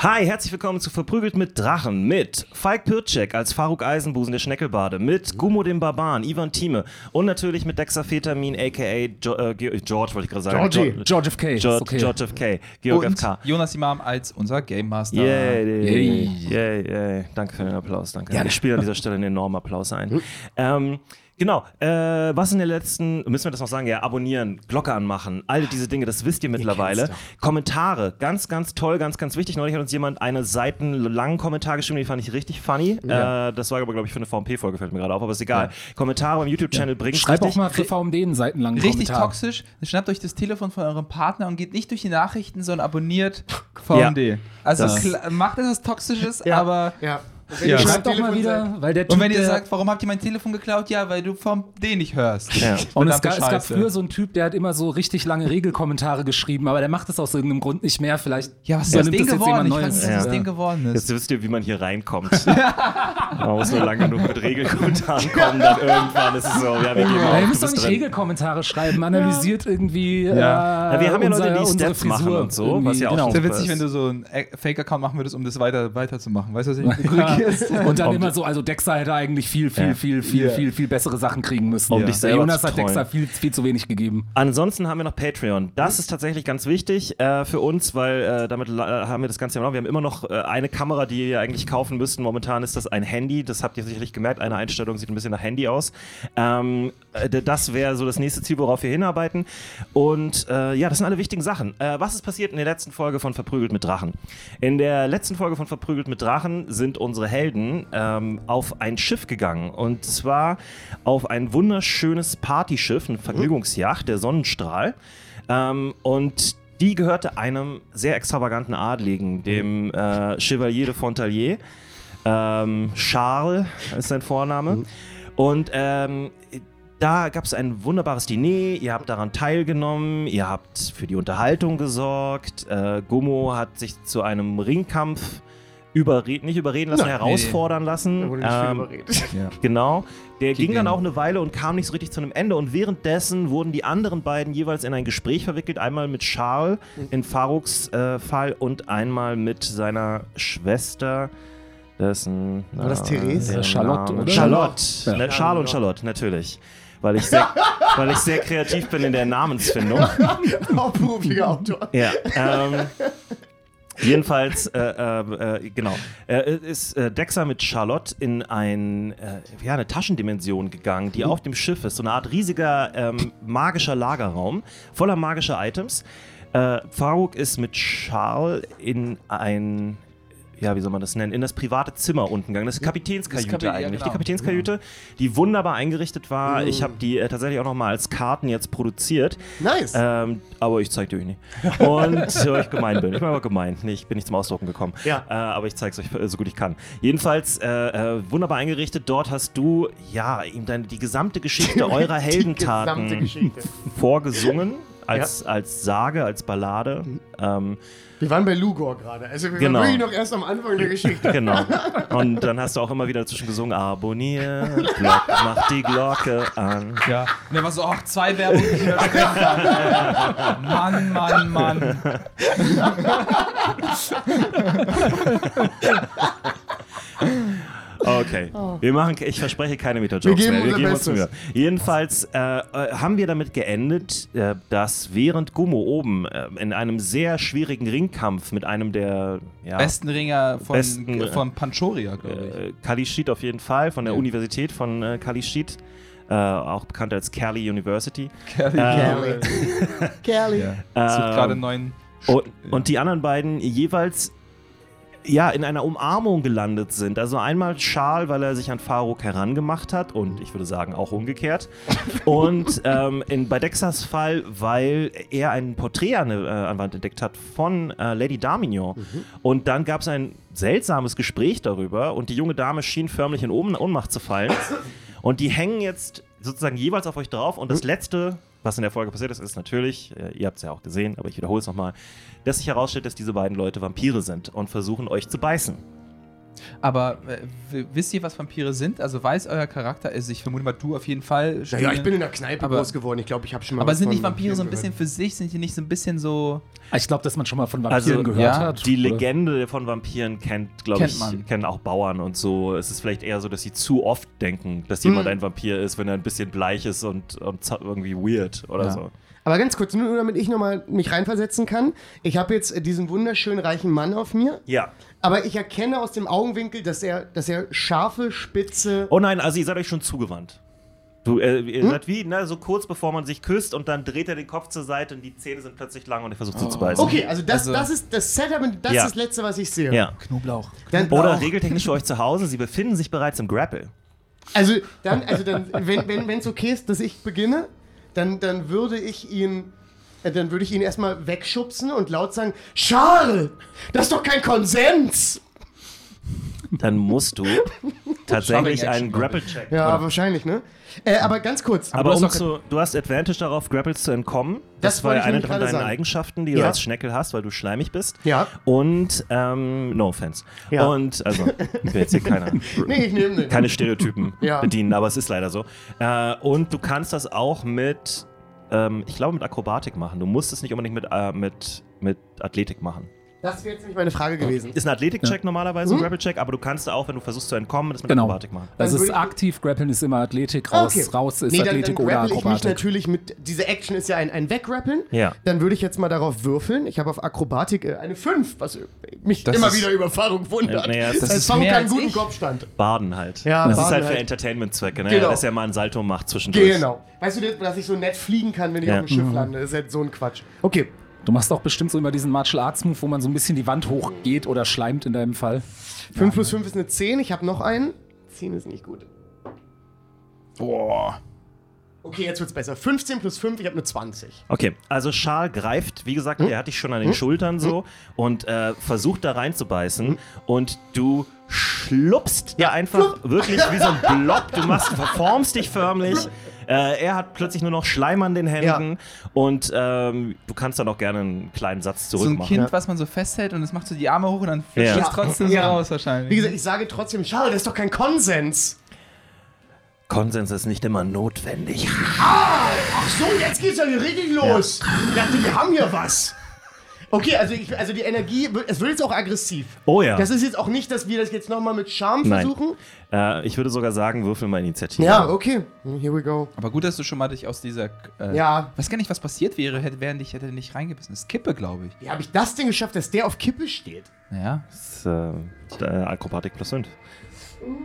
Hi, herzlich willkommen zu Verprügelt mit Drachen mit Falk Pirczek als Faruk Eisenbusen der Schneckelbade, mit Gummo dem Barbaren, Ivan Thieme und natürlich mit Dexafetamin aka jo äh, Ge- George, wollte ich gerade sagen. Georgie. Jo George F.K. ist George, okay. George FK, Georg Und FK. Jonas Imam als unser Game Master. Yay, yay, Äh, Yay. yay, yay. Danke für den Applaus, danke. Ich spiele an dieser Stelle einen enormen Applaus ein. Hm. Ähm, genau, äh, was in der letzten, müssen wir das noch sagen, ja, abonnieren, Glocke anmachen, all diese Dinge, das wisst ihr mittlerweile. Kommentare, ganz, ganz toll, ganz, ganz wichtig. Neulich hat uns jemand einen seitenlangen Kommentar geschrieben, den fand ich richtig funny. Äh, das war aber, glaube ich, für eine VMP-Folge, fällt mir gerade auf, aber ist egal. Kommentare beim YouTube-Channel bringen Schreib richtig. auch mal für VMD einen seitenlangen Richtig Kommentar. toxisch. Schnappt euch das Telefon von eurem Partner und geht nicht durch die Nachrichten, sondern abonniert VMD. also Das- kla- macht etwas Toxisches, Ja. aber. Ja. Ja. Wenn ihr Schreib mein doch mal Telefon wieder, seid- weil der Typ, Und wenn ihr der, sagt, warum habt ihr mein Telefon geklaut? Ja, weil du VMD nicht hörst. Ja. und es Verdammte gab, es gab Scheiße. früher so einen Typ, der hat immer so richtig lange Regelkommentare geschrieben, aber der macht das aus irgendeinem Grund nicht mehr. Vielleicht Ja, was ist aus übernimmt dem das jetzt geworden? jemand Ich weiß Neues. nicht, was aus Ja. dem geworden ist. Jetzt wisst ihr, wie man hier reinkommt. man muss nur lang genug mit Regelkommentaren kommen, dann irgendwann ist es so, ja, wir geben auf, Ja, ihr du müsst doch bist nicht drin. Regelkommentare schreiben, analysiert irgendwie. Äh, Ja. Ja, wir haben ja unser, Leute, die unsere Steps machen Frisur und so, irgendwie, was ja auch genau. Sehr super witzig, ist. wenn du so einen Ä- Fake-Account machen würdest, um das weiter, weiterzumachen. Weißt du, was ich meine? Ja. Und dann Und- immer so, also Dexter hätte eigentlich viel, viel, Ja. viel, viel, Ja. viel, viel bessere Sachen kriegen müssen. Um Ja. dich Der selber Jonas zu hat Dexter trollen. viel, viel zu wenig gegeben. Ansonsten haben wir noch Patreon. Das ist tatsächlich ganz wichtig äh, für uns, weil äh, damit la- haben wir das Ganze ja noch. Wir haben immer noch äh, eine Kamera, die wir eigentlich kaufen müssten. Momentan ist das ein Handy. Das habt ihr sicherlich gemerkt. Eine Einstellung sieht ein bisschen nach Handy aus. Ähm, äh, d- das wäre so das nächste Ziel, worauf wir hinarbeiten. Und äh, ja, das sind alle wichtigen Sachen. Äh, was ist passiert in der letzten Folge von Verprügelt mit Drachen? In der letzten Folge von Verprügelt mit Drachen sind unsere Helden ähm, auf ein Schiff gegangen. Und zwar auf ein wunderschönes Partyschiff, eine Vergnügungsjacht, der Sonnenstrahl. Ähm, und die gehörte einem sehr extravaganten Adligen, dem äh, Chevalier de Fontalier. Ähm, Charles ist sein Mhm. Vorname. Und ähm, da gab es ein wunderbares Diner, ihr habt daran teilgenommen, ihr habt für die Unterhaltung gesorgt. Äh, Gummo hat sich zu einem Ringkampf überreden, nicht überreden lassen, herausfordern lassen. Da wurde nicht viel Ähm, überredet. Genau. Der ging dann Gegen- auch eine Weile und kam nicht so richtig zu einem Ende. Und währenddessen wurden die anderen beiden jeweils in ein Gespräch verwickelt. Einmal mit Charles Mhm. in Faruks äh, Fall und einmal mit seiner Schwester. Dessen, War das äh, Therese? der Charlotte, Name- oder? Charlotte. Ja. Ne, Charles und Charlotte, natürlich. Weil ich, sehr, weil ich sehr kreativ bin in der Namensfindung. Hauptberuflicher Autor. Ja. Ähm, jedenfalls, äh, äh, äh, genau, äh, ist äh, Dexa mit Charlotte in ein, äh, ja, eine Taschendimension gegangen, Mhm. die auf dem Schiff ist. So eine Art riesiger ähm, magischer Lagerraum voller magischer Items. Äh, Faruk ist mit Charles in ein ja, wie soll man das nennen, in das private Zimmer unten gegangen. Das ist Kapitänskajüte Das Kapi- ja, eigentlich. Die genau. Mhm. Kapitänskajüte, die wunderbar eingerichtet war. Ich habe die äh, tatsächlich auch nochmal als Karten jetzt produziert. Nice. Ähm, aber ich zeig dir euch nicht. Und weil ich gemein bin. Ich bin aber gemein. Nee, ich bin nicht zum Ausdrucken gekommen. Ja. Äh, aber ich zeig's euch äh, so gut ich kann. Jedenfalls äh, äh, wunderbar eingerichtet. Dort hast du ja ihm deine, die gesamte Geschichte eurer Die gesamte Heldentaten Geschichte. vorgesungen. Als, als Sage, als Ballade. Mhm. Ähm, Wir waren bei Lugor gerade. Also wir Genau. waren wirklich noch erst am Anfang der Geschichte. genau. Und dann hast du auch immer wieder dazwischen gesungen: Abonnier, Glock, mach die Glocke an. Ja. Und er war so, ach, zwei Werbung, die ich hören kann. Mann, Mann, Mann. Okay. Wir machen, ich verspreche keine Meta-Jokes Oh. Wir geben mehr. unser Mühe. Bestes. Jedenfalls äh, äh, haben wir damit geendet, äh, dass während Gummo oben äh, in einem sehr schwierigen Ringkampf mit einem der ja, Besten Ringer von, Besten, äh, von Panchoria, glaube ich. äh, Kalischit auf jeden Fall, von der Ja. Universität von äh, Kalischit, äh, auch bekannt als Cali University. Kelly. Kelly. Kelly. Ja. Es wird Ähm, gerade einen neuen. Und, und die anderen beiden jeweils ja, in einer Umarmung gelandet sind. Also einmal Charles, weil er sich an Faruk herangemacht hat und ich würde sagen auch umgekehrt. Und ähm, in, bei Dexas Fall, weil er ein Porträt an der äh, an der Wand entdeckt hat von äh, Lady Darmignon. Und dann gab es ein seltsames Gespräch darüber und die junge Dame schien förmlich in Ohm- Ohnmacht zu fallen. Und die hängen jetzt sozusagen jeweils auf euch drauf. Hm. Und das Letzte, was in der Folge passiert ist, ist natürlich, äh, ihr habt es ja auch gesehen, aber ich wiederhole es nochmal, dass sich herausstellt, dass diese beiden Leute Vampire sind und versuchen euch zu beißen. Aber äh, w- wisst ihr, was Vampire sind? Also weiß euer Charakter, also ich vermute mal du auf jeden Fall. Naja, ich Stine. bin in der Kneipe Aber- groß geworden. Ich glaube, ich habe schon mal. aber was sind nicht von Vampire so ein gehört. bisschen für sich? Sind die nicht so ein bisschen so. Ich glaube, dass man schon mal von Vampiren Also gehört ja, hat. die oder? Legende von Vampiren kennt, glaube Kennt ich, man. kennen auch Bauern und so. Es ist vielleicht eher so, dass sie zu oft denken, dass Hm. jemand ein Vampir ist, wenn er ein bisschen bleich ist und, und za- irgendwie weird oder Ja. so. Aber ganz kurz, nur damit ich nochmal mich reinversetzen kann. Ich habe jetzt äh, diesen wunderschönen reichen Mann auf mir, Ja. aber ich erkenne aus dem Augenwinkel, dass er, dass er scharfe, spitze. Oh nein, also ihr seid euch schon zugewandt. Du, äh, ihr seid wie, ne, so kurz bevor man sich küsst und dann dreht er den Kopf zur Seite und die Zähne sind plötzlich lang und er versucht sie zu beißen. Okay, also das, Also- das ist das Setup und das Ja. ist das letzte, was ich sehe. Ja. Knoblauch. Dann, Oder regeltechnisch für euch zu Hause, sie befinden sich bereits im Grapple. Also dann, also dann, wenn es okay ist, dass ich beginne, dann, dann würde ich ihn. äh, Dann würde ich ihn erstmal wegschubsen und laut sagen: Charles, das ist doch kein Konsens! Dann musst du Shoving tatsächlich Action, einen glaub ich. Grapple-Check. Ja, wahrscheinlich, ne? Äh, aber ganz kurz. Aber, du hast um doch zu, du hast Advantage darauf, Grapples zu entkommen. Das Das, war wollte ich eine nämlich von gerade deinen sagen. Eigenschaften, die du Ja. als Schneckel hast, weil du schleimig bist. Ja. Und, ähm, no offense. Ja. Und, also, ich will jetzt hier keiner, nee, ich nehme den. keine Stereotypen Ja. bedienen, aber es ist leider so. Äh, und du kannst das auch mit, ähm, ich glaube, mit Akrobatik machen. Du musst es nicht unbedingt mit, äh, mit, mit Athletik machen. Das wäre jetzt nämlich meine Frage gewesen. Ist ein Athletik-Check normalerweise, Mhm. ein Grapple-Check, aber du kannst auch, wenn du versuchst zu entkommen, das mit Genau. Akrobatik machen. Also Dann es würde ist ich- aktiv, Grappeln ist immer Athletik, raus, Okay. raus ist nee, dann, Athletik dann oder grapple ich mich Akrobatik. natürlich mit. Diese Action ist ja ein, ein Wegrappeln. Ja. Dann würde ich jetzt mal darauf würfeln. Ich habe auf Akrobatik äh, eine 5, was mich Das immer ist- wieder über Fahrung wundert. Äh, naja, das Dass ist Fahrung mehr keinen als guten ich. Kopfstand. Baden halt. Ja, das ist baden halt für halt. Entertainment-Zwecke, ne? Genau. dass er mal einen Salto macht zwischendurch. Genau. Weißt du, dass ich so nett fliegen kann, wenn ich Ja. auf dem Schiff lande? Das ist halt so ein Quatsch. Okay. Du machst auch bestimmt so immer diesen Martial Arts Move, wo man so ein bisschen die Wand hochgeht oder schleimt in deinem Fall. 5 plus 5 ist eine 10. Ich habe noch einen. 10 ist nicht gut. Boah. Okay, jetzt wird's besser. 15 plus 5, ich habe eine 20. Okay, also Schal greift, wie gesagt, er hat dich schon an den Schultern so und äh, versucht da reinzubeißen und du schlupst ja, da einfach wirklich wie so ein Blob. Du machst, verformst dich förmlich. Äh, er hat plötzlich nur noch Schleim an den Händen und ähm, du kannst dann auch gerne einen kleinen Satz So ein zurückmachen. Kind, was man so festhält und es macht so die Arme hoch und dann fliegt Ja. es trotzdem Ja. so raus wahrscheinlich. Wie gesagt, ich sage trotzdem, Charles, das ist doch kein Konsens. Konsens ist nicht immer notwendig. Ach so, jetzt geht's ja hier richtig los. Ich dachte, wir haben hier was. Okay, also, ich, also die Energie, wird- es wird jetzt auch aggressiv. Oh ja. Das ist jetzt auch nicht, dass wir das jetzt nochmal mit Charme Nein. versuchen. Äh, ich würde sogar sagen, würfel mal Initiative. Ja, okay. Here we go. Aber gut, dass du schon mal dich aus dieser. Äh, Ja. Weiß gar nicht, was passiert wäre, hätte, während ich hätte nicht reingebissen. Das ist Kippe, glaube ich. Wie habe ich das denn geschafft, dass der auf Kippe steht? Naja. Das, äh, äh, Akrobatik plus 5. Hm,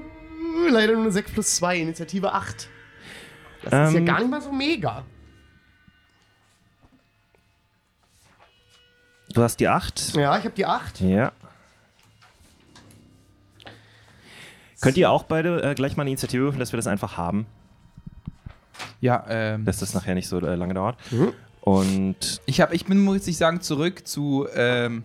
Leider nur 6 plus 2, Initiative 8. Das ist ja Ähm. gar nicht mal so mega. Du hast die 8. Ja, ich habe die 8. Ja. Könnt ihr auch beide äh, gleich mal eine Initiative würfeln, dass wir das einfach haben, Ja, ähm. dass das nachher nicht so äh, lange dauert? Mhm. Und Ich, hab, ich bin, muss ich sagen, zurück zu ähm,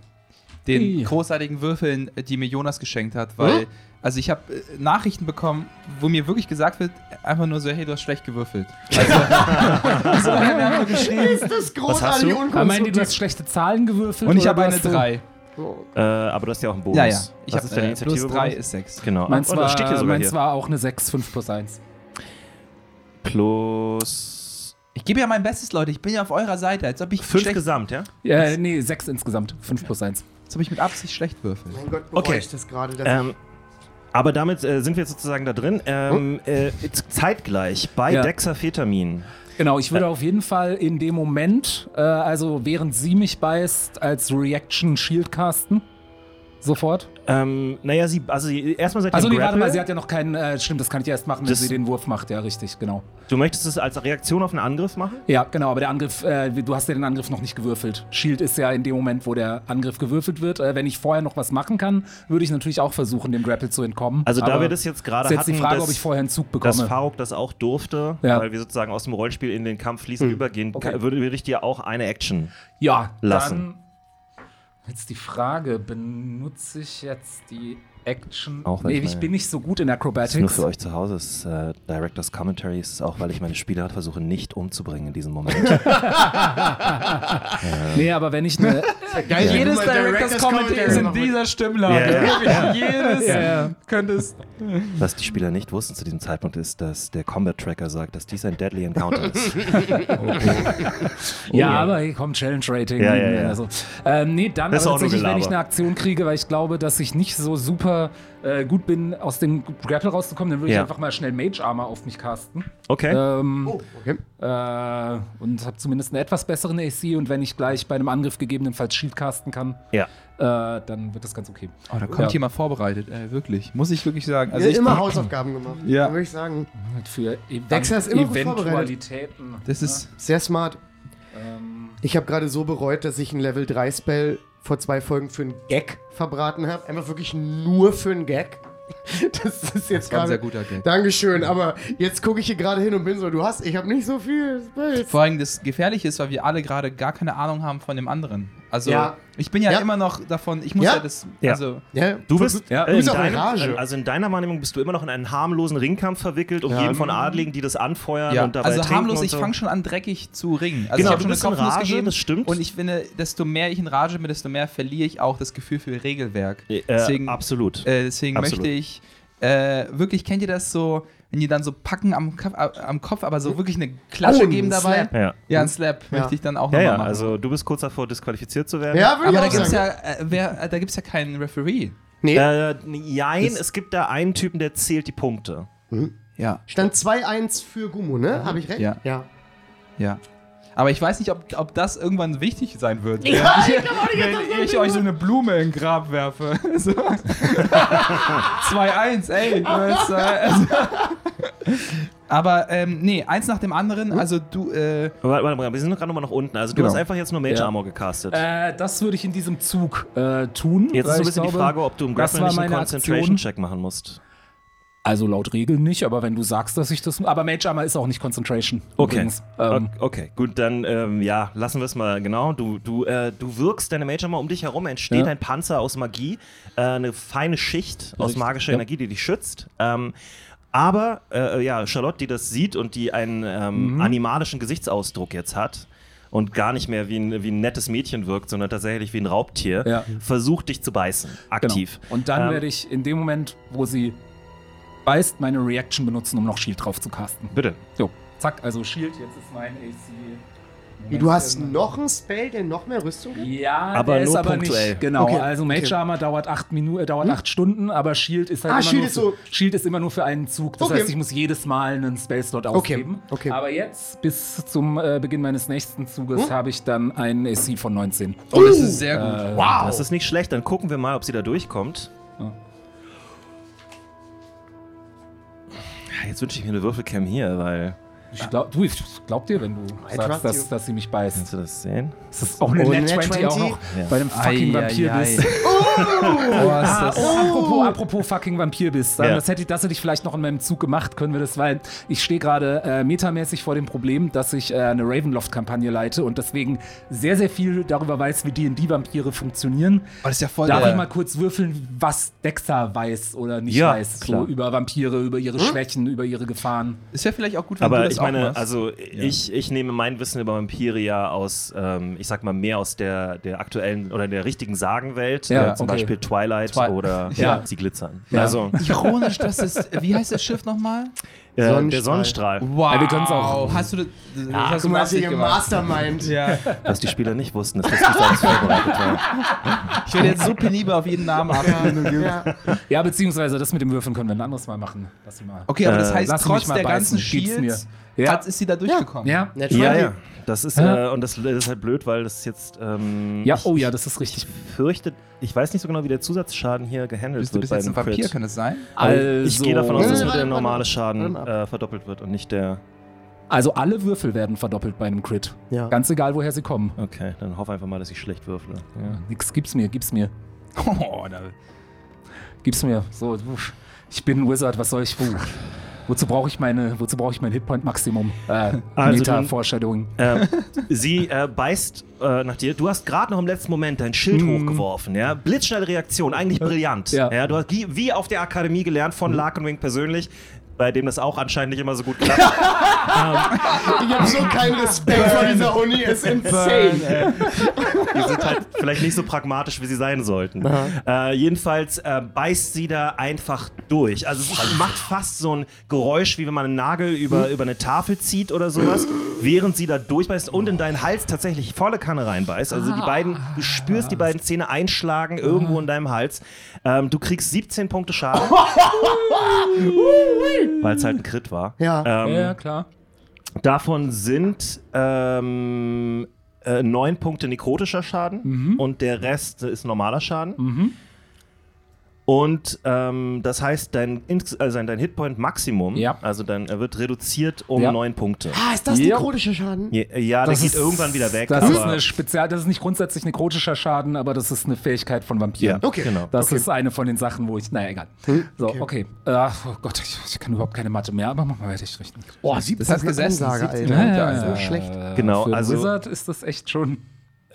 den Ih. großartigen Würfeln, äh, die mir Jonas geschenkt hat, weil, also ich habe äh, Nachrichten bekommen, wo mir wirklich gesagt wird, einfach nur so, hey, du hast schlecht gewürfelt. Also, so einer hat mir geschrieben. Ist das hast großartig du? Aber meint ihr, du hast unkonstruktiv? schlechte Zahlen gewürfelt? Und ich oder habe du eine hast so- 3. Oh, äh, aber du hast ja auch einen Bonus. Ja, ja. Ich Was habe ist deine äh, plus Initiative? 3 Bonus? ist 6. Genau. Meins Und- und das war, steht hier sogar meins hier. war auch eine 6, 5 plus 1. plus Ich gebe ja mein Bestes, Leute. Ich bin ja auf eurer Seite, als ob ich, 5 schlecht, gesamt, ja? Äh, nee, 6 insgesamt. 5 plus 1. als ob ich mit Absicht schlecht würfel. Mein Gott, bereue Okay. ich das gerade. dass Ähm, aber damit äh, sind wir jetzt sozusagen da drin. Ähm, äh, jetzt zeitgleich bei Hm? Ja. Dexafetamin. Genau, ich würde auf jeden Fall in dem Moment, äh, also während sie mich beißt, als Reaction Shield casten. Sofort. Ähm, naja, sie, also sie- erstmal seid ihr Also im nee, warte Grapple. mal, sie hat ja noch keinen. Äh, stimmt, das kann ich erst machen, wenn Das- sie den Wurf macht. Ja, richtig, genau. Du möchtest es als Reaktion auf einen Angriff machen? Ja, genau, aber der Angriff, äh, du hast ja den Angriff noch nicht gewürfelt. Shield ist ja in dem Moment, wo der Angriff gewürfelt wird. Äh, wenn ich vorher noch was machen kann, würde ich natürlich auch versuchen, dem Grapple zu entkommen. Also da aber wir das jetzt gerade ist jetzt hatten, die Frage, dass- ob ich vorher einen Zug dass bekomme. Faruk das auch durfte, Ja. weil wir sozusagen aus dem Rollenspiel in den Kampf fließend übergehen, Okay. ka- würde, würde ich dir auch eine Action. Ja, lassen. dann. Jetzt die Frage, benutze ich jetzt die Action. Auch wenn Nee, ich meine- bin nicht so gut in Das ist nur Acrobatics. für euch zu Hause, das ist äh, Directors Commentary, es ist auch, weil ich meine Spieler versuche nicht umzubringen in diesem Moment. Nee, aber wenn ich eine. Geil, wenn du Jedes mal Directors Commentary ist in machen würdest. dieser Stimmlage. Ja, ja. Wirklich, Jedes Ja, ja. könntest. Was die Spieler nicht wussten zu diesem Zeitpunkt ist, dass der Combat Tracker sagt, dass dies ein Deadly Encounter ist. ja, aber hier kommt Challenge Rating. Oh Ja, ja, ja. Also, ähm, nee, dann Das ist aber auch nur tatsächlich, wenn ich Gelaber. eine Aktion kriege, weil ich glaube, dass ich nicht so super äh, gut bin, aus dem Grapple rauszukommen, dann würde ich Ja. einfach mal schnell Mage Armor auf mich casten. Okay. Ähm, Oh, okay. äh, und habe zumindest einen etwas besseren AC und wenn ich gleich bei einem Angriff gegebenenfalls Shield casten kann, ja. äh, dann wird das ganz okay. Oh, da kommt Ja. jemand vorbereitet, ey, wirklich. Muss ich wirklich sagen. Also Also ich, immer Hausaufgaben gemacht. Ja. Würde ich sagen. Für Evan- Halt Dexter ist immer gut Eventualitäten. Das ist. Sehr smart. Ähm, Ich habe gerade so bereut, dass ich ein Level 3 Spell vor zwei Folgen für einen Gag verbraten habe. Einfach wirklich nur für einen Gag. Das ist jetzt war ein gerade. sehr guter Gag. Dankeschön, aber jetzt gucke ich hier gerade hin und bin so, du hast, ich habe nicht so viel Spells. Vor allem das Gefährliche ist, weil wir alle gerade gar keine Ahnung haben von dem anderen. Also Ja. ich bin ja, Ja. immer noch davon, ich muss ja, Ja. das. Ja. Also, Ja, Du bist, Ja, äh, du bist in auch in deinem, Rage. äh, also in deiner Wahrnehmung bist du immer noch in einen harmlosen Ringkampf verwickelt, um Ja. jeden von Adligen, die das anfeuern ja. und dabei also trinken harmlos, und ich so. fange schon an dreckig zu ringen. Also Genau, ich hab du schon bist eine in Kopfnuss Rage, gegeben das stimmt. Und ich finde, desto mehr ich in Rage bin, desto mehr verliere ich auch das Gefühl für Regelwerk. Äh, Deswegen absolut. Äh, deswegen Absolut. möchte ich äh, wirklich, kennt ihr das so, wenn die dann so packen am, Kap- äh, am Kopf, aber so wirklich eine Klatsche Oh, ein geben dabei? Slap. ja. Ja, ein Slap Ja. möchte ich dann auch Ja, nochmal ja, machen. also du bist kurz davor, disqualifiziert zu werden. ja würde aber da ich auch gibt's sagen. ja, äh, wer, äh, da gibt's ja keinen Referee. Nee, Äh, jein, Das- es gibt da einen Typen, der zählt die Punkte. Ja, stand 2-1 für Gumu, ne? Habe ich recht? Ja. ja. ja. Aber ich weiß nicht, ob, ob das irgendwann wichtig sein wird. Ja, ich wenn ich euch so eine Blume in den Grab werfe. So. 2-1, ey. du willst, äh, also. Aber ähm, nee, eins nach dem anderen. Also du, äh, Warte, warte, warte, wir sind doch gerade nochmal nach unten. Also du Genau. hast einfach jetzt nur Mage Ja. Armor gecastet. äh, das würde ich in diesem Zug äh, tun. jetzt ist weil so ein ich bisschen die glaube- Frage, ob du im das Grapple war nicht einen meine Concentration-Check machen musst. Also laut Regeln nicht, aber wenn du sagst, dass ich das. Aber Mage Armor ist auch nicht Concentration. Übrigens. Ähm, okay, okay, gut, dann ähm, ja, lassen wir es mal genau. Du, du, äh, du wirkst deine Mage Armor um dich herum, entsteht Ja. ein Panzer aus Magie, äh, eine feine Schicht aus Richtig, magischer ja. Energie, die dich schützt. Ähm, aber äh, ja, Charlotte, die das sieht und die einen ähm, Mhm. animalischen Gesichtsausdruck jetzt hat und gar nicht mehr wie ein, wie ein nettes Mädchen wirkt, sondern tatsächlich wie ein Raubtier, Ja. versucht dich zu beißen, genau. aktiv. Und dann Ähm, werde ich in dem Moment, wo sie beißt, meine Reaction benutzen, um noch Shield drauf zu casten. Bitte. So, zack, also Shield, jetzt ist mein AC. Wie, du hast noch einen Spell, der noch mehr Rüstung gibt? Ja, Aber der ist nur aber punktuell. nicht. Genau, Okay, also Mage okay. Hm? Armor dauert acht Minuten, äh, dauert acht Stunden, aber Shield ist halt Ah, immer Shield nur ist für, so- Shield ist immer nur für einen Zug. Das Okay. heißt, ich muss jedes Mal einen Spellslot Okay, ausgeben. okay. Hm? Aber jetzt bis zum äh, Beginn meines nächsten Zuges habe ich dann einen AC von 19. oh, das ist sehr gut. Wow! Das ist nicht schlecht, dann gucken wir mal, ob sie da durchkommt. Ja. Jetzt wünsche ich mir eine Würfelcam hier, weil. Ich glaub, du, ich glaub dir, wenn du sagst, trust dass, you. dass sie mich beißt. Kannst du das sehen? Das ist auch eine Oh, Net Nat 20 auch 20? noch bei einem fucking Ei, Vampir ei, ei. bist. Ah, Oh, ist das, Apropos, apropos fucking Vampirbiss. Ja. Das, hätte, ich- das hätte ich vielleicht noch in meinem Zug gemacht, können wir das, weil ich stehe gerade äh, metamäßig vor dem Problem, dass ich äh, eine Ravenloft-Kampagne leite und deswegen sehr, sehr viel darüber weiß, wie D&D-Vampire funktionieren. oh, das ist ja voll Darf der, ich mal kurz würfeln, was Dexter weiß oder nicht Ja, weiß? So klar. über Vampire, über Hm? ihre Schwächen, über ihre Gefahren. Ist ja vielleicht auch gut, wenn du Aber das ich auch meine, machst. also ich, ich nehme mein Wissen über Vampire ja aus, ähm, ich sag mal, mehr aus der, der aktuellen oder der richtigen Sagenwelt. Ja, äh, zum okay. Beispiel Twilight Twi- oder Ja. Sie glitzern. Ja. Also Ironisch, dass das. Wie heißt das Schiff nochmal? äh, Sonnenstrahl. der Sonnenstrahl. Wow. Ja, wir können's auch- Hast du das. das hast mit Guck mal, was ihr Absicht hier gemacht. Mastermind. Ja. Was die Spieler nicht wussten, ist, dass das alles vorbereitet war. Ich werde jetzt so penibel auf jeden Namen achten. Ja. Ja, beziehungsweise das mit dem Würfeln können wir ein anderes Mal machen. Lass sie mal. Okay, aber das Äh, heißt, lass mich trotz mal der beißen, ganzen gib's Shields mir. Ja. hat, ist sie da durchgekommen. Ja. Nat Ja, 20. ja. Das ist, Ja. äh, und das, das ist halt blöd, weil das jetzt. Ähm, Ja, ich oh ja, das ist richtig. fürchte, ich weiß nicht so genau, wie der Zusatzschaden hier gehandelt Bist du wird. bis bei jetzt ein einem Vampir, Crit. kann das sein? Also, ich gehe davon aus, Nee, dass nee, nur der warte, warte, normale warte. Schaden Warte äh, verdoppelt wird und nicht der. Also alle Würfel werden verdoppelt bei einem Crit. Ja. Ganz egal, woher sie kommen. Okay, dann hoff einfach mal, dass ich schlecht würfle. Ja. Nix, gib's mir, gib's mir. Oh, da. Gib's mir. So, uff. ich bin ein Wizard, was soll ich? Puh. Wozu brauche ich meine, wozu brauche ich mein Hitpoint Maximum? Äh, Also Meta dann- Foreshadowing. Ähm, sie äh, beißt äh, nach dir. Du hast gerade noch im letzten Moment dein Schild Mhm. hochgeworfen. Ja? Blitzschnelle Reaktion, eigentlich brillant. Ja. Ja. du hast wie, wie auf der Akademie gelernt von Mhm. Larkenwing persönlich, bei dem das auch anscheinend nicht immer so gut klappt. Ich habe so keinen Respekt vor dieser Uni, ist Äh, insane. die sind halt vielleicht nicht so pragmatisch, wie sie sein sollten. Äh, jedenfalls äh, beißt sie da einfach durch. Also es macht fast so ein Geräusch, wie wenn man einen Nagel über, über eine Tafel zieht oder sowas, während sie da durchbeißt und in deinen Hals tatsächlich volle Kanne reinbeißt. Also die beiden, du spürst die beiden Zähne einschlagen irgendwo in deinem Hals. Ähm, du kriegst 17 Punkte Schaden. Weil es halt ein Crit war. Ja. Ähm, ja, klar. Davon sind ähm, äh, neun Punkte nekrotischer Schaden Mhm. und der Rest ist normaler Schaden. Und ähm, das heißt, dein, Ins- also dein Hitpoint Maximum, Ja. also dann er wird reduziert um Ja. neun Punkte. Ah, ist das Ja. nekrotischer Schaden? Ja, ja der geht irgendwann wieder weg. Das aber, ist eine Spezial, das ist nicht grundsätzlich nekrotischer Schaden, aber das ist eine Fähigkeit von ja, Vampiren. Okay. genau. Das ist eine von den Sachen, wo ich. Naja, egal. So, okay. Ach, oh Gott, ich, ich kann überhaupt keine Mathe mehr, aber mach mal weiter. Ich richte mich. Boah, sieben Das heißt Punkte gesessen, 17 Ansage, Alter. Punkte, Ja, Alter. ja, So Genau, also schlecht. Genau, Für einen also- Wizard ist das echt schon.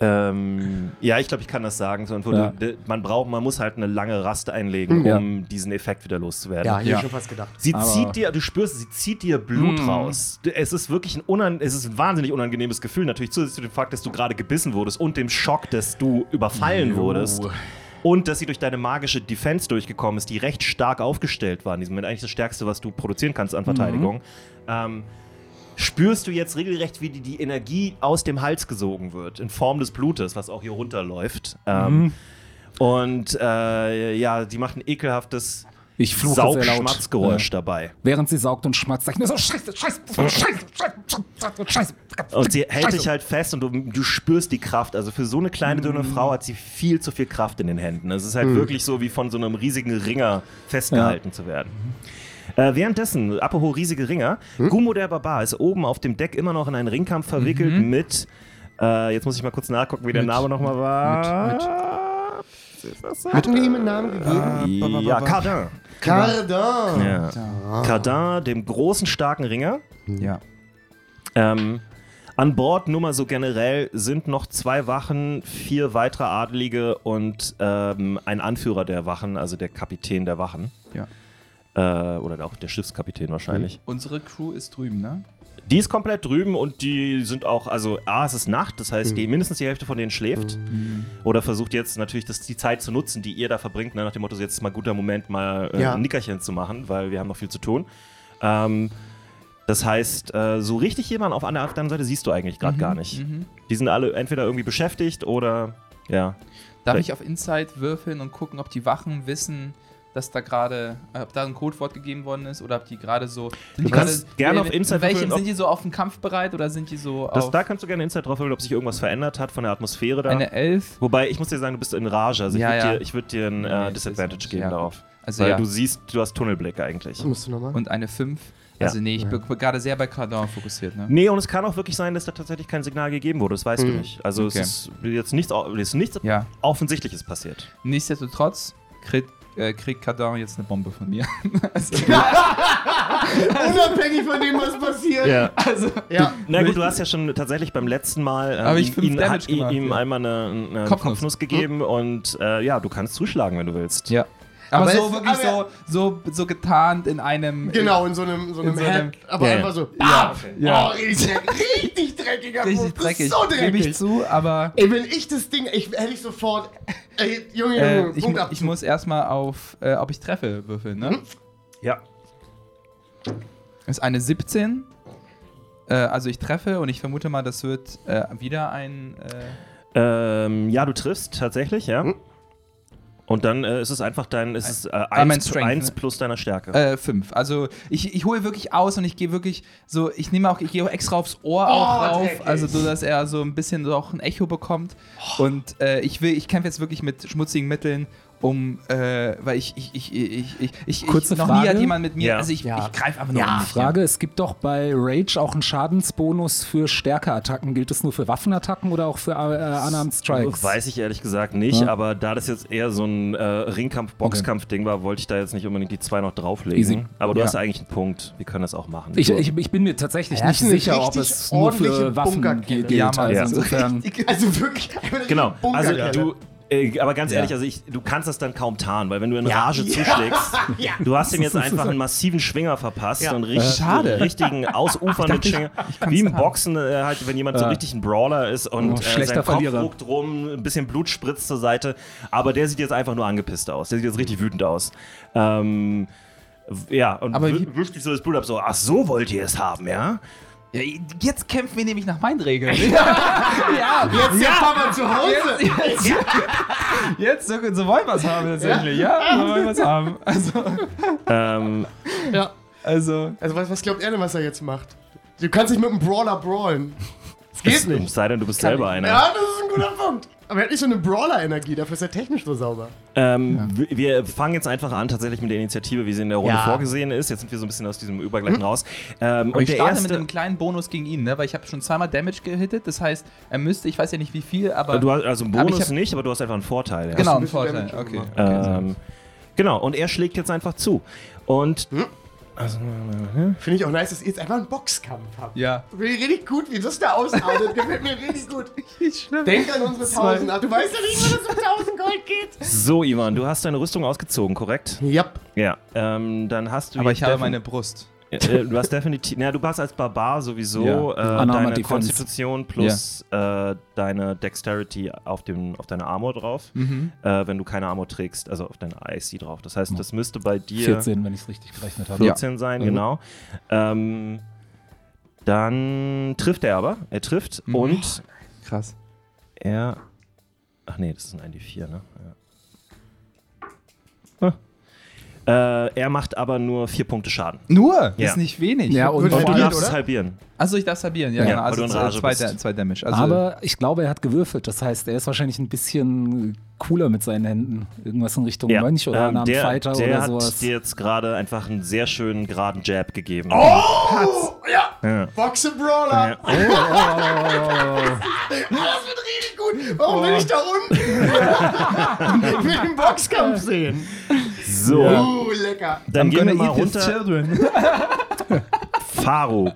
Ähm, ja, ich glaube, ich kann das sagen. So, wo Ja. Mhm. du, de- man, braucht, man muss halt eine lange Rast einlegen, Ja. um diesen Effekt wieder loszuwerden. Ja, ich Ja. hab schon fast gedacht. Sie Aber- zieht dir, du spürst, sie zieht dir Blut raus. D- Es ist wirklich ein, unan, es ist ein wahnsinnig unangenehmes Gefühl, natürlich zusätzlich zu dem Fakt, dass du gerade gebissen wurdest und dem Schock, dass du überfallen wurdest. Und dass sie durch deine magische Defense durchgekommen ist, die recht stark aufgestellt war in diesem Moment. Eigentlich das Stärkste, was du produzieren kannst an Verteidigung. Ähm, spürst du jetzt regelrecht, wie die, die Energie aus dem Hals gesogen wird, in Form des Blutes, was auch hier runterläuft. Ähm, Und äh, ja, die macht ein ekelhaftes Ich fluche sehr laut. Saugschmatzgeräusch Ja. dabei. Während sie saugt und schmatzt, sag ich mir so: Scheiße, Scheiße, Scheiße, Scheiße, Scheiße. Und sie hält Scheiße. dich halt fest und du, du spürst die Kraft. Also für so eine kleine, dünne Frau hat sie viel zu viel Kraft in den Händen. Es ist halt wirklich so, wie von so einem riesigen Ringer festgehalten zu werden. Äh, währenddessen, apropos riesige Ringer, Gummo der Barbar ist oben auf dem Deck immer noch in einen Ringkampf verwickelt mit. Äh, jetzt muss ich mal kurz nachgucken, wie der Mit- Name nochmal war. mit- Hatten wir ihm einen Namen gegeben? Ja, Cardin. Genau. Cardin. Ja. Cardin, dem großen, starken Ringer. Ja. Ähm, an Bord, nur mal so generell, sind noch zwei Wachen, vier weitere Adelige und ähm, ein Anführer der Wachen, also der Kapitän der Wachen. ja. Äh, oder auch der Schiffskapitän wahrscheinlich. Unsere Crew ist drüben, ne? Die ist komplett drüben und die sind auch, also A, es ist Nacht, das Mhm. heißt, die, mindestens die Hälfte von denen schläft. Oder versucht jetzt natürlich das, die Zeit zu nutzen, die ihr da verbringt, ne, nach dem Motto, jetzt ist mal guter Moment, mal äh, Ja. ein Nickerchen zu machen, weil wir haben noch viel zu tun. Ähm, das heißt, äh, so richtig jemanden auf an der anderen Seite siehst du eigentlich Mhm. gerade gar nicht. Die sind alle entweder irgendwie beschäftigt oder ja. Darf ich auf Insight würfeln und gucken, ob die Wachen wissen, dass da gerade, äh, ob da ein Codewort gegeben worden ist oder ob die gerade so. Sind die kannst gerade- gerne äh, auf Insight Welchem würfeln, ob- sind die so auf den Kampf bereit oder sind die so Das, auf da kannst du gerne Insight drauf holen, ob sich irgendwas verändert hat von der Atmosphäre da. eine Elf? Wobei, ich muss dir sagen, du bist in Rage, also Ja, ich ja. würde dir, ich würd dir ein Nee, äh, das Disadvantage ist- geben ja. darauf. Also Weil ja. Mhm. du siehst, du hast Tunnelblick eigentlich. Musst du nochmal? Und eine 5. Ja. Also nee, ich bin gerade sehr bei Cardin fokussiert, ne? Nee, und es kann auch wirklich sein, dass da tatsächlich kein Signal gegeben wurde, das weißt du nicht. Also Mhm. Okay. es ist jetzt nichts, au- es ist nichts Ja. Offensichtliches passiert. Nichtsdestotrotz kriegt, äh, kriegt Cardin jetzt eine Bombe von mir. Unabhängig von dem, was passiert. also, Ja. Na gut, du hast ja schon tatsächlich beim letzten Mal ähm, Habe ich fünf ihm, Damage hat, i- gemacht, ihm ja. einmal eine, eine Kopfnuss. Mhm. Kopfnuss, gegeben und äh, ja, du kannst zuschlagen, wenn du willst. ja. Aber, Aber so es- wirklich aber- so, so, so getarnt in einem. Genau, in so einem, so einem so einem- Head. Aber Ja, ja. einfach so. Ja, bam. ja. Oh, richtig, richtig dreckiger Move. Richtig Das ist dreckig. So Gebe ich dreckig. zu, aber. Ey, wenn ich das Ding, ich hätte ich sofort. Ey, Junge, Junge, Äh, ich, Punkt Mhm. mu- ab. ich muss erstmal auf, äh, ob ich treffe, würfeln, ne? Ja. Ist eine 17. Äh, also ich treffe und ich vermute mal, das wird äh, wieder ein. Äh, Ähm, ja, du triffst tatsächlich, ja. Mhm. Und dann äh, ist es einfach dein, ist es äh, mein 1 Strength, ne? plus deiner Stärke. Äh, fünf. Also ich, ich hole wirklich aus und ich gehe wirklich so, ich nehme auch, ich gehe auch extra aufs Oh, Ohr auch rauf, dreckig. also so, dass er so ein bisschen so auch ein Echo bekommt. Und äh, ich will, ich kämpfe jetzt wirklich mit schmutzigen Mitteln um, äh, weil ich, ich, ich, ich, ich, ich, Kurze ich noch nie Frage. hat jemand mit mir, Ja. also ich, Ja. ich greife einfach nur Ja, um. Frage, es gibt doch bei Rage auch einen Schadensbonus für Stärkeattacken. Gilt es nur für Waffenattacken oder auch für äh, Unarmed Strikes? Weiß ich ehrlich gesagt nicht, Ja. aber da das jetzt eher so ein äh, Ringkampf-Boxkampf-Ding war, wollte ich da jetzt nicht unbedingt die zwei noch drauflegen. Easy. Aber du Ja. hast eigentlich einen Punkt. Wir können das auch machen. Ich, ich, ich bin mir tatsächlich Ja, nicht das ist eine sicher, ob richtig es nur für ordentliche Waffen Bunkerkelle. gilt. Ja, Mann, also ja. insofern, Also wirklich. einfach eine genau. Also Bunkerkelle. du. Äh, aber ganz Ja. ehrlich, also ich, du kannst das dann kaum tarnen, weil wenn du in Rage zuschlägst, ja. du hast ihm jetzt einfach einen massiven Schwinger verpasst Ja. und richtig, schade. richtigen ausufernden Schwinger. Wie im Boxen äh, halt, wenn jemand so richtig ein Brawler ist und Oh, äh, schlechter sein Kopf Verlierer. guckt rum, ein bisschen Blut spritzt zur Seite, aber der sieht jetzt einfach nur angepisst aus. Der sieht jetzt richtig wütend aus. Ähm, w- ja, und Aber wi- wie- wischt sich so das Blut ab, so, ach so wollt ihr es haben, ja? Ja, jetzt kämpfen wir nämlich nach meinen Regeln. ja, Jetzt ist der Papa zu Hause. jetzt so, so wollen wir es haben tatsächlich, ja? So wollen wir es haben. Also, Ähm, Ja. also Also was, was glaubt er denn, was er jetzt macht? Du kannst nicht mit einem Brawler brawlen. Das geht es nicht. sei denn, du bist selber einer. Ja, das ist ein guter Punkt. Aber er hat nicht so eine Brawler-Energie, dafür ist er technisch so sauber. Ähm, w- Wir fangen jetzt einfach an, tatsächlich mit der Initiative, wie sie in der Runde Ja. vorgesehen ist. Jetzt sind wir so ein bisschen aus diesem Übergleich raus. Ähm, Aber und ich der starte erste, mit einem kleinen Bonus gegen ihn, ne? weil ich habe schon zweimal Damage gehittet. Das heißt, er müsste, ich weiß ja nicht wie viel, aber du hast also einen Aber ich Bonus hab- nicht, aber du hast einfach einen Vorteil. Ja. genau, ein ein bisschen Vorteil. Damage Okay. gemacht. okay. Ähm, genau, und er schlägt jetzt einfach zu. Und Hm? Finde ich auch nice, dass ihr jetzt einfach einen Boxkampf habt. Ja. Finde ich richtig gut, wie das da ausartet. Gefällt mir richtig gut. Denk an unsere 1000. Ach, du weißt ja nicht, wo das um 1000 Gold geht. so, Ivan, du hast deine Rüstung ausgezogen, korrekt? Ja. Ja. Ähm, dann hast du. Aber jetzt ich habe defin- meine Brust. Äh, du hast definitiv. Na, du hast als Barbar sowieso Ja. äh, Unarmored deine Defense. Konstitution plus äh, deine Dexterity auf, dem, auf deine Armor drauf, Mhm. äh, wenn du keine Armor trägst, also auf deine IC drauf. Das heißt, das müsste bei dir 14, wenn ich es richtig gerechnet habe. 14 sein, Mhm. genau. Ähm, dann trifft er aber. Er trifft Mhm. und Krass. er. Ach nee, das ist ein 1d4, ne? Ja. Ah. Äh, er macht aber nur vier Punkte Schaden. Nur? Ja. Ist nicht wenig. Ja, und Wird Und vor du halbiert, allem, darfst es oder? halbieren. Also ich darf sabieren, ja, Ja, genau. weil Also du in zwei, Rage zwei, bist. zwei Damage. Also aber ich glaube, er hat gewürfelt. Das heißt, er ist wahrscheinlich ein bisschen cooler mit seinen Händen. Irgendwas in Richtung Mönch oder ähm, ähm, der, Fighter der oder hat sowas. dir jetzt gerade einfach einen sehr schönen geraden Jab gegeben. Oh, ja. Ja. Boxer Brawler. Ja. Ah, Das wird richtig gut. Warum bin ich da unten? ich will den Boxkampf sehen. So, Uh, lecker. dann I'm gehen gonna wir mal eat his runter. children. Faruk,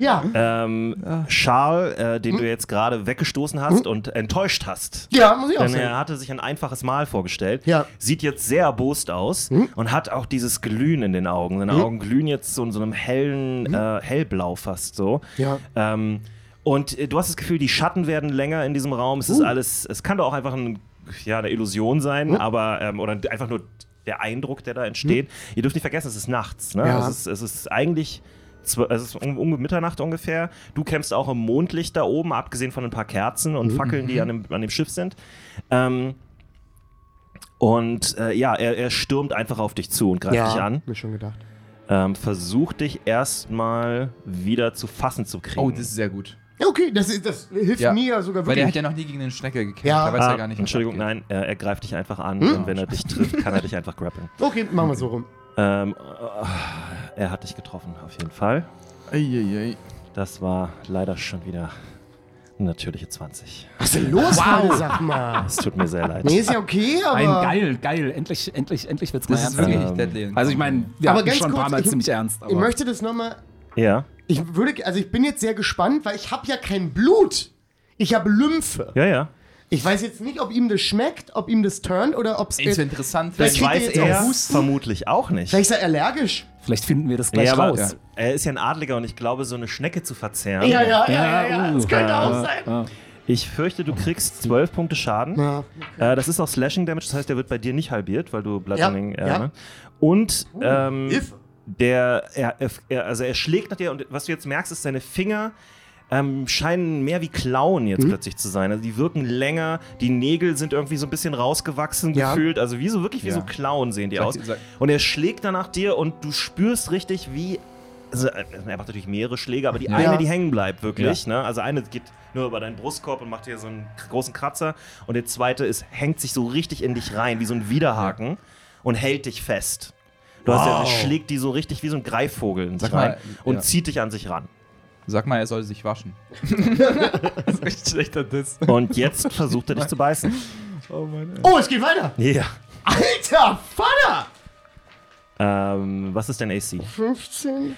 Ja. ähm, Charles, äh, den du jetzt gerade weggestoßen hast und enttäuscht hast. Ja, muss ich auch Denn sagen. er hatte sich ein einfaches Mahl vorgestellt, Ja. Hm? sieht jetzt sehr erbost aus und hat auch dieses Glühen in den Augen. Seine Augen glühen jetzt so in so einem hellen, äh, hellblau fast so. Hm? Ja. Ähm, und äh, du hast das Gefühl, die Schatten werden länger in diesem Raum. Uh. Es ist alles, es kann doch auch einfach ein, ja, eine Illusion sein, aber ähm, oder einfach nur der Eindruck, der da entsteht. Hm. Ihr dürft nicht vergessen, es ist nachts. Ne? Ja. Es, ist, es ist eigentlich. zw- Es ist um, um Mitternacht ungefähr. Du kämpfst auch im Mondlicht da oben, abgesehen von ein paar Kerzen Mhm. und Fackeln, die an dem, an dem Schiff sind. Ähm, und äh, ja, er, er stürmt einfach auf dich zu und greift dich an. Mir schon gedacht. Ähm, versuch dich erstmal wieder zu fassen zu kriegen. Oh, das ist sehr gut. Ja, okay, das, ist- das hilft Ja. mir sogar Weil der wirklich. hat ja noch nie gegen eine Schnecke gekämpft. Ja. Da weiß Ah, er gar nicht, was Entschuldigung, abgeht. nein, er, er greift dich einfach an Hm? und wenn er dich trifft, kann er dich einfach grappeln. okay, machen wir so rum. Ähm, äh, er hat dich getroffen, auf jeden Fall. Eieiei. Das war leider schon wieder eine natürliche 20. Was ist denn los, wow. sag mal? Es tut mir sehr leid. Nee, ist ja okay, aber. Ein geil, geil. Endlich, endlich, endlich wird es mal Das ist ernst. wirklich Ähm, Deadly. Also ich meine, wir Aber hatten ganz schon ein paar kurz, Mal ich- ziemlich ernst. Ich Aber möchte das nochmal. Ja, Ich würde, also ich bin jetzt sehr gespannt, weil ich habe ja kein Blut. Ich habe Lymphe. ja, ja. Ich weiß jetzt nicht, ob ihm das schmeckt, ob ihm das turnt oder ob es. Äh, ist Vielleicht interessant, Das wenn- Das kriegt ihr weiß jetzt auch er Husten? vermutlich auch nicht. ist er allergisch. vielleicht finden wir das gleich ja, aber äh, raus. er ist ja ein Adliger und ich glaube, so eine Schnecke zu verzehren. Ja, ja, ja, ja. ja, uh, Das könnte ja, auch sein. ja. Ich fürchte, du kriegst 12 Punkte Schaden. Ja. Äh, das ist auch Slashing Damage, das heißt, der wird bei dir nicht halbiert, weil du Bludgeoning. Ja, äh, ja. Uh. ne? Und ähm, Hilfe. der, er, er, also er schlägt nach dir und was du jetzt merkst, ist, seine Finger ähm, scheinen mehr wie Klauen jetzt Mhm. plötzlich zu sein. Also die wirken länger, die Nägel sind irgendwie so ein bisschen rausgewachsen Ja. gefühlt. Also wie so wirklich wie so Klauen sehen die Sag- aus. sag- Und er schlägt dann nach dir und du spürst richtig, wie also, äh, er macht natürlich mehrere Schläge, aber die Ja. eine, Ja. die hängen bleibt wirklich. Ne? Also eine geht nur über deinen Brustkorb und macht hier so einen k- großen Kratzer und der zweite ist, hängt sich so richtig in dich rein, wie so ein Widerhaken und hält dich fest. Du hast ja, Wow. schlägt die so richtig wie so ein Greifvogel in sich Sag mal, rein und ja. zieht dich an sich ran. Sag mal, er soll sich waschen. das ist ein richtig schlechter Diss. Und jetzt versucht er dich zu beißen. Oh Mann. Oh, es geht weiter. Ja. Alter Vater! Ähm, was ist dein AC? 15.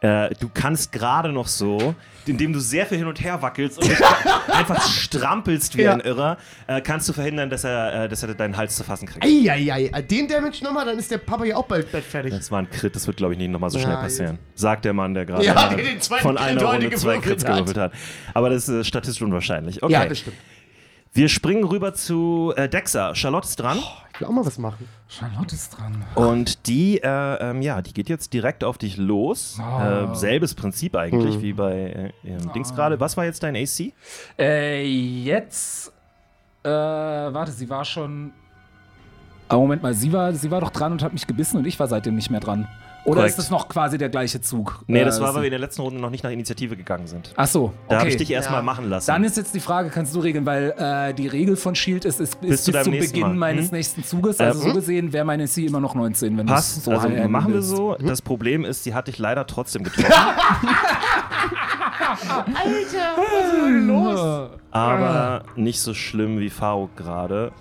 Äh, du kannst gerade noch so, indem du sehr viel hin und her wackelst und dich einfach strampelst wie Ja. ein Irrer, äh, kannst du verhindern, dass er, äh, dass er deinen Hals zu fassen kriegt. Eieiei, äh, den Damage nochmal, dann ist der Papa ja auch bald, bald fertig. Das war ein Crit, das wird, glaube ich, nicht nochmal so Ja, schnell passieren. Sagt der Mann, der gerade Ja, mal der den zweiten von Crit einer heute Runde zwei gewürfelt Crits hat. gewürfelt hat. Aber das ist äh, statistisch unwahrscheinlich. Okay, Ja, das stimmt. wir springen rüber zu äh, Dexa. Charlotte ist dran Ich will auch mal was machen. Charlotte ist dran. und die, äh, ähm, ja, die geht jetzt direkt auf dich los. Ah. Äh, selbes Prinzip eigentlich wie bei äh, ihrem Dings gerade. Was war jetzt dein AC? Äh, jetzt. Äh, warte, sie war schon. Ah, Moment mal, sie war, sie war doch dran und hat mich gebissen und ich war seitdem nicht mehr dran. Oder Korrekt. ist das noch quasi der gleiche Zug? Nee, das Äh, war, weil sie- wir in der letzten Runde noch nicht nach Initiative gegangen sind. Ach so, okay. Da habe ich dich erstmal Ja. machen lassen. Dann ist jetzt die Frage, kannst du regeln, weil äh, die Regel von Shield ist, ist, ist bis, zu deinem zum nächsten Beginn Mal. meines Hm? nächsten Zuges. Also Äh, so hm? gesehen wäre meine C E immer noch 19, wenn du Passt, so also high-enden machen wir willst. so. Das Problem ist, sie hat dich leider trotzdem getroffen. Alter, was ist denn los? Ah. aber nicht so schlimm wie Faro gerade.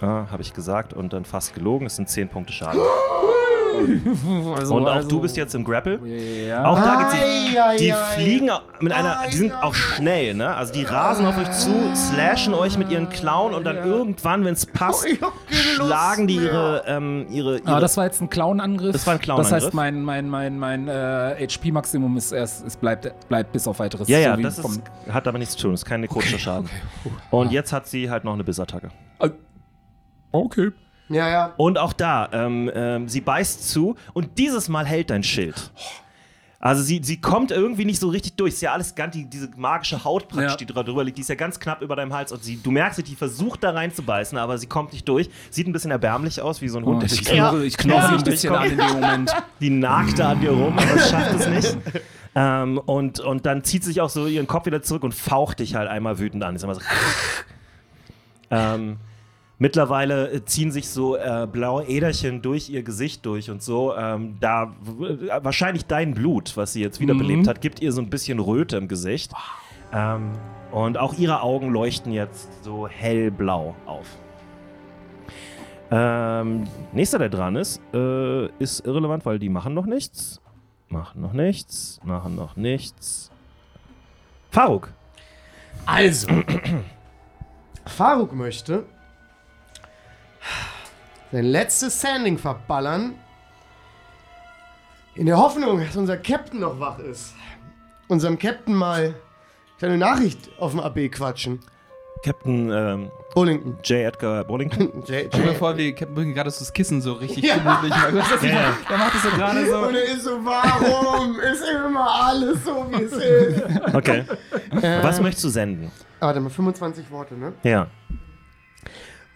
Ah, habe ich gesagt und dann fast gelogen. Es sind 10 Punkte Schaden. Also, und auch also- du bist jetzt im Grapple. Ja. Auch da geht's nicht. Eieiei. Die fliegen au- mit einer, die sind auch schnell, ne? Also die rasen auf euch Oh. zu, slashen euch mit ihren Klauen und dann irgendwann, wenn es passt, Ich hab Oh, keine Lust schlagen die mehr. ihre, ähm, ihre, ihre Ah, das war jetzt ein Clown-Angriff. Das war ein Das Clown-Angriff. heißt, mein, mein, mein, mein äh, HP-Maximum ist erst, es bleibt, bleibt bis auf weiteres. Ja, so ja, wie das vom- ist, hat aber nichts zu tun, ist kein nekrotischer Schaden. Und jetzt hat sie halt noch eine Bissattacke. Okay. Ja, ja. Und auch da, ähm, ähm, sie beißt zu und dieses Mal hält dein Schild. Also sie, sie kommt irgendwie nicht so richtig durch. Ist ja alles ganz, die, diese magische Haut praktisch, Ja. die dra- drüber liegt, die ist ja ganz knapp über deinem Hals und sie, du merkst, die versucht da reinzubeißen, aber sie kommt nicht durch. Sieht ein bisschen erbärmlich aus, wie so ein Oh, Hund. der ich sich- knurre, ich knurre sie ein bisschen an in dem Moment. die nagt da an dir rum, aber es schafft es nicht. Ähm, und, und dann zieht sie sich auch so ihren Kopf wieder zurück und faucht dich halt einmal wütend an. Ist immer so. ähm, mittlerweile äh, ziehen sich so äh, blaue Äderchen durch ihr Gesicht durch und so. Ähm, da w- äh, wahrscheinlich dein Blut, was sie jetzt wiederbelebt Mhm. hat, gibt ihr so ein bisschen Röte im Gesicht. Ähm, und auch ihre Augen leuchten jetzt so hellblau auf. Ähm, nächster, der dran ist, äh, ist irrelevant, weil die machen noch nichts. Machen noch nichts, machen noch nichts. Faruk, Also. Faruk möchte sein letztes Sanding verballern. In der Hoffnung, dass unser Captain noch wach ist. Unserem Captain mal kleine Nachricht auf dem AB quatschen. Captain ähm, Bullington. J. Edgar Bollington. J Stell dir vor, wir bringen gerade so das Kissen so richtig Ja. gemütlich. Ja. Er macht das so gerade so. Und er ist so, warum ist immer alles so, wie es ist? Okay. Was Ähm, möchtest du senden? Warte mal, 25 Worte, ne? Ja.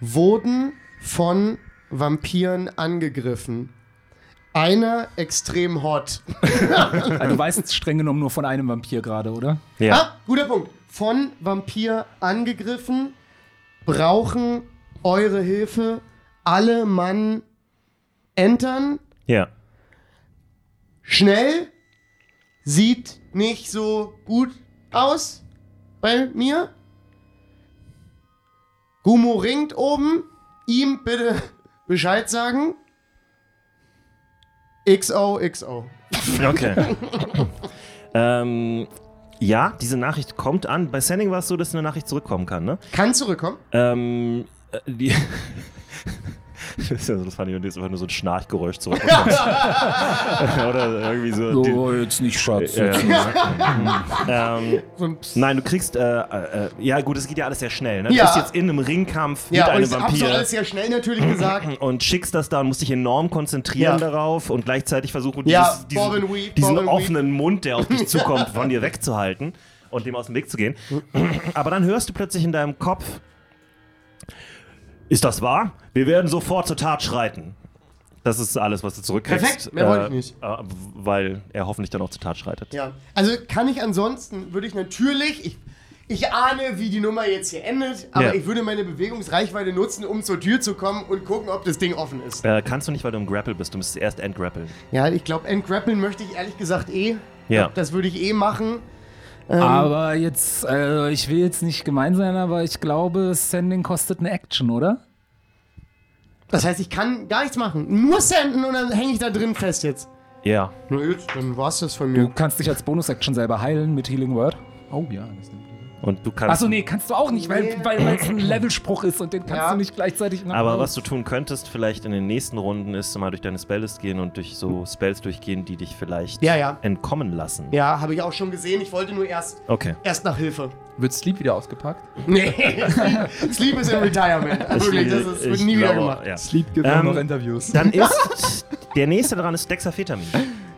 wurden von Vampiren angegriffen. Einer extrem hot. Also, du weißt streng genommen nur von einem Vampir gerade, oder? Ja. Ah, guter Punkt. Von Vampir angegriffen, brauchen eure Hilfe. Alle Mann entern. Ja. Schnell. Sieht nicht so gut aus bei mir. Gumo ringt oben. Ihm bitte Bescheid sagen. XO, XO. Okay. ähm, ja, diese Nachricht kommt an. Bei Sending war es so, dass eine Nachricht zurückkommen kann, ne? Kann zurückkommen. Ähm, äh, die. Das ist ja so, das fand ich und jetzt einfach nur so ein Schnarchgeräusch zurück. Oder irgendwie so. die- Äh, jetzt nicht, Schatz. Ja, ja. ähm, So ein Psst. nein, du kriegst, äh, äh, äh, ja gut, es geht ja alles sehr schnell. Ne? Du Ja. bist jetzt in einem Ringkampf Ja, und mit einem das hab so Vampir alles sehr schnell natürlich gesagt. und schickst das da und musst dich enorm konzentrieren Ja. darauf und gleichzeitig versuchen, Ja, dieses, diesen, Bobbin Weed, diesen Bobbin Weed. offenen Mund, der auf dich zukommt, von dir wegzuhalten und dem aus dem Weg zu gehen. Aber dann hörst du plötzlich in deinem Kopf, ist das wahr? Wir werden sofort zur Tat schreiten. Das ist alles, was du zurückkriegst. Perfekt, mehr wollte ich nicht. äh, Weil er hoffentlich dann auch zur Tat schreitet. Ja. Also kann ich ansonsten, würde ich natürlich, ich, ich ahne, wie die Nummer jetzt hier endet, aber Ja. ich würde meine Bewegungsreichweite nutzen, um zur Tür zu kommen und gucken, ob das Ding offen ist. Äh, kannst du nicht, weil du im Grapple bist. Du müsstest erst entgrappeln. Ja, ich glaube, entgrappeln möchte ich ehrlich gesagt eh. Ja. Das würde ich eh machen. ähm. Aber jetzt, äh, ich will jetzt nicht gemein sein, aber ich glaube, Sending kostet eine Action, oder? Das heißt, ich kann gar nichts machen. Nur senden und dann hänge ich da drin fest jetzt. Ja. Na gut, dann war's das von Du mir. kannst dich als Bonus-Action selber heilen mit Healing Word. Oh ja, das ist eine Und du kannst. Achso, nee, kannst du auch nicht, weil Nee. es weil, weil es ein Levelspruch ist und den kannst Ja. du nicht gleichzeitig noch Aber was du tun könntest, vielleicht in den nächsten Runden, ist mal durch deine Spelllist gehen und durch so Spells durchgehen, die dich vielleicht Ja, ja. entkommen lassen. Ja, habe ich auch schon gesehen. Ich wollte nur erst, Okay. erst nach Hilfe. Wird Sleep wieder ausgepackt? Nee, Sleep- Sleep ist in Retirement. Wirklich, das ist, wird ich nie wieder glaube, gemacht. Ja. Sleep gibt Ähm, Interviews. Dann ist der nächste dran ist Dexafetamin.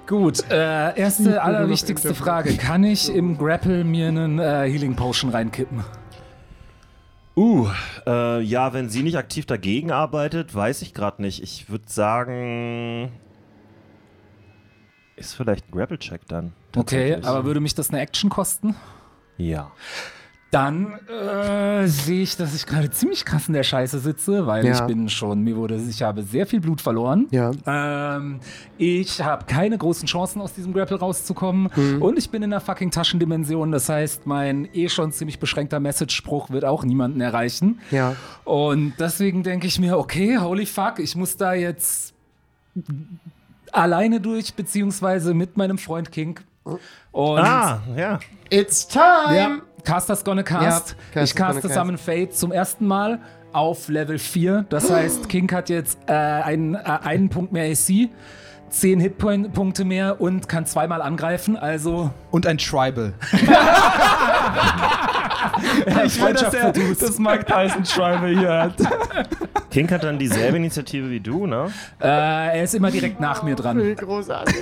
Gut, äh, erste, allerwichtigste Frage. Kann ich im Grapple mir einen äh, Healing Potion reinkippen? Uh, äh, ja, wenn sie nicht aktiv dagegen arbeitet, weiß ich gerade nicht. Ich würde sagen, ist vielleicht ein Grapple-Check dann. Okay, Tatsächlich. aber würde mich das eine Action kosten? ja. Dann äh, sehe ich, dass ich gerade ziemlich krass in der Scheiße sitze, weil Ja. ich bin schon, mir wurde, ich habe sehr viel Blut verloren. Ja. Ähm, ich habe keine großen Chancen, aus diesem Grapple rauszukommen. Mhm. Und ich bin in einer fucking Taschendimension. Das heißt, mein eh schon ziemlich beschränkter Message-Spruch wird auch niemanden erreichen. Ja. Und deswegen denke ich mir, okay, holy fuck, ich muss da jetzt alleine durch, beziehungsweise mit meinem Freund King. Oh. Und Ah, ja. It's time! ja, Caster's gonna cast. Ja, Caster's ich caste gonna Summon Fate zum ersten Mal auf Level 4. Das heißt, King hat jetzt äh, einen, äh, einen Punkt mehr AC, 10 Hitpunkte mehr und kann zweimal angreifen. Also Und ein Tribal. ich das Mike Tyson Schreibe hier hat. King hat dann dieselbe Initiative wie du, ne? Äh, er ist immer direkt nach mir dran. Großartig.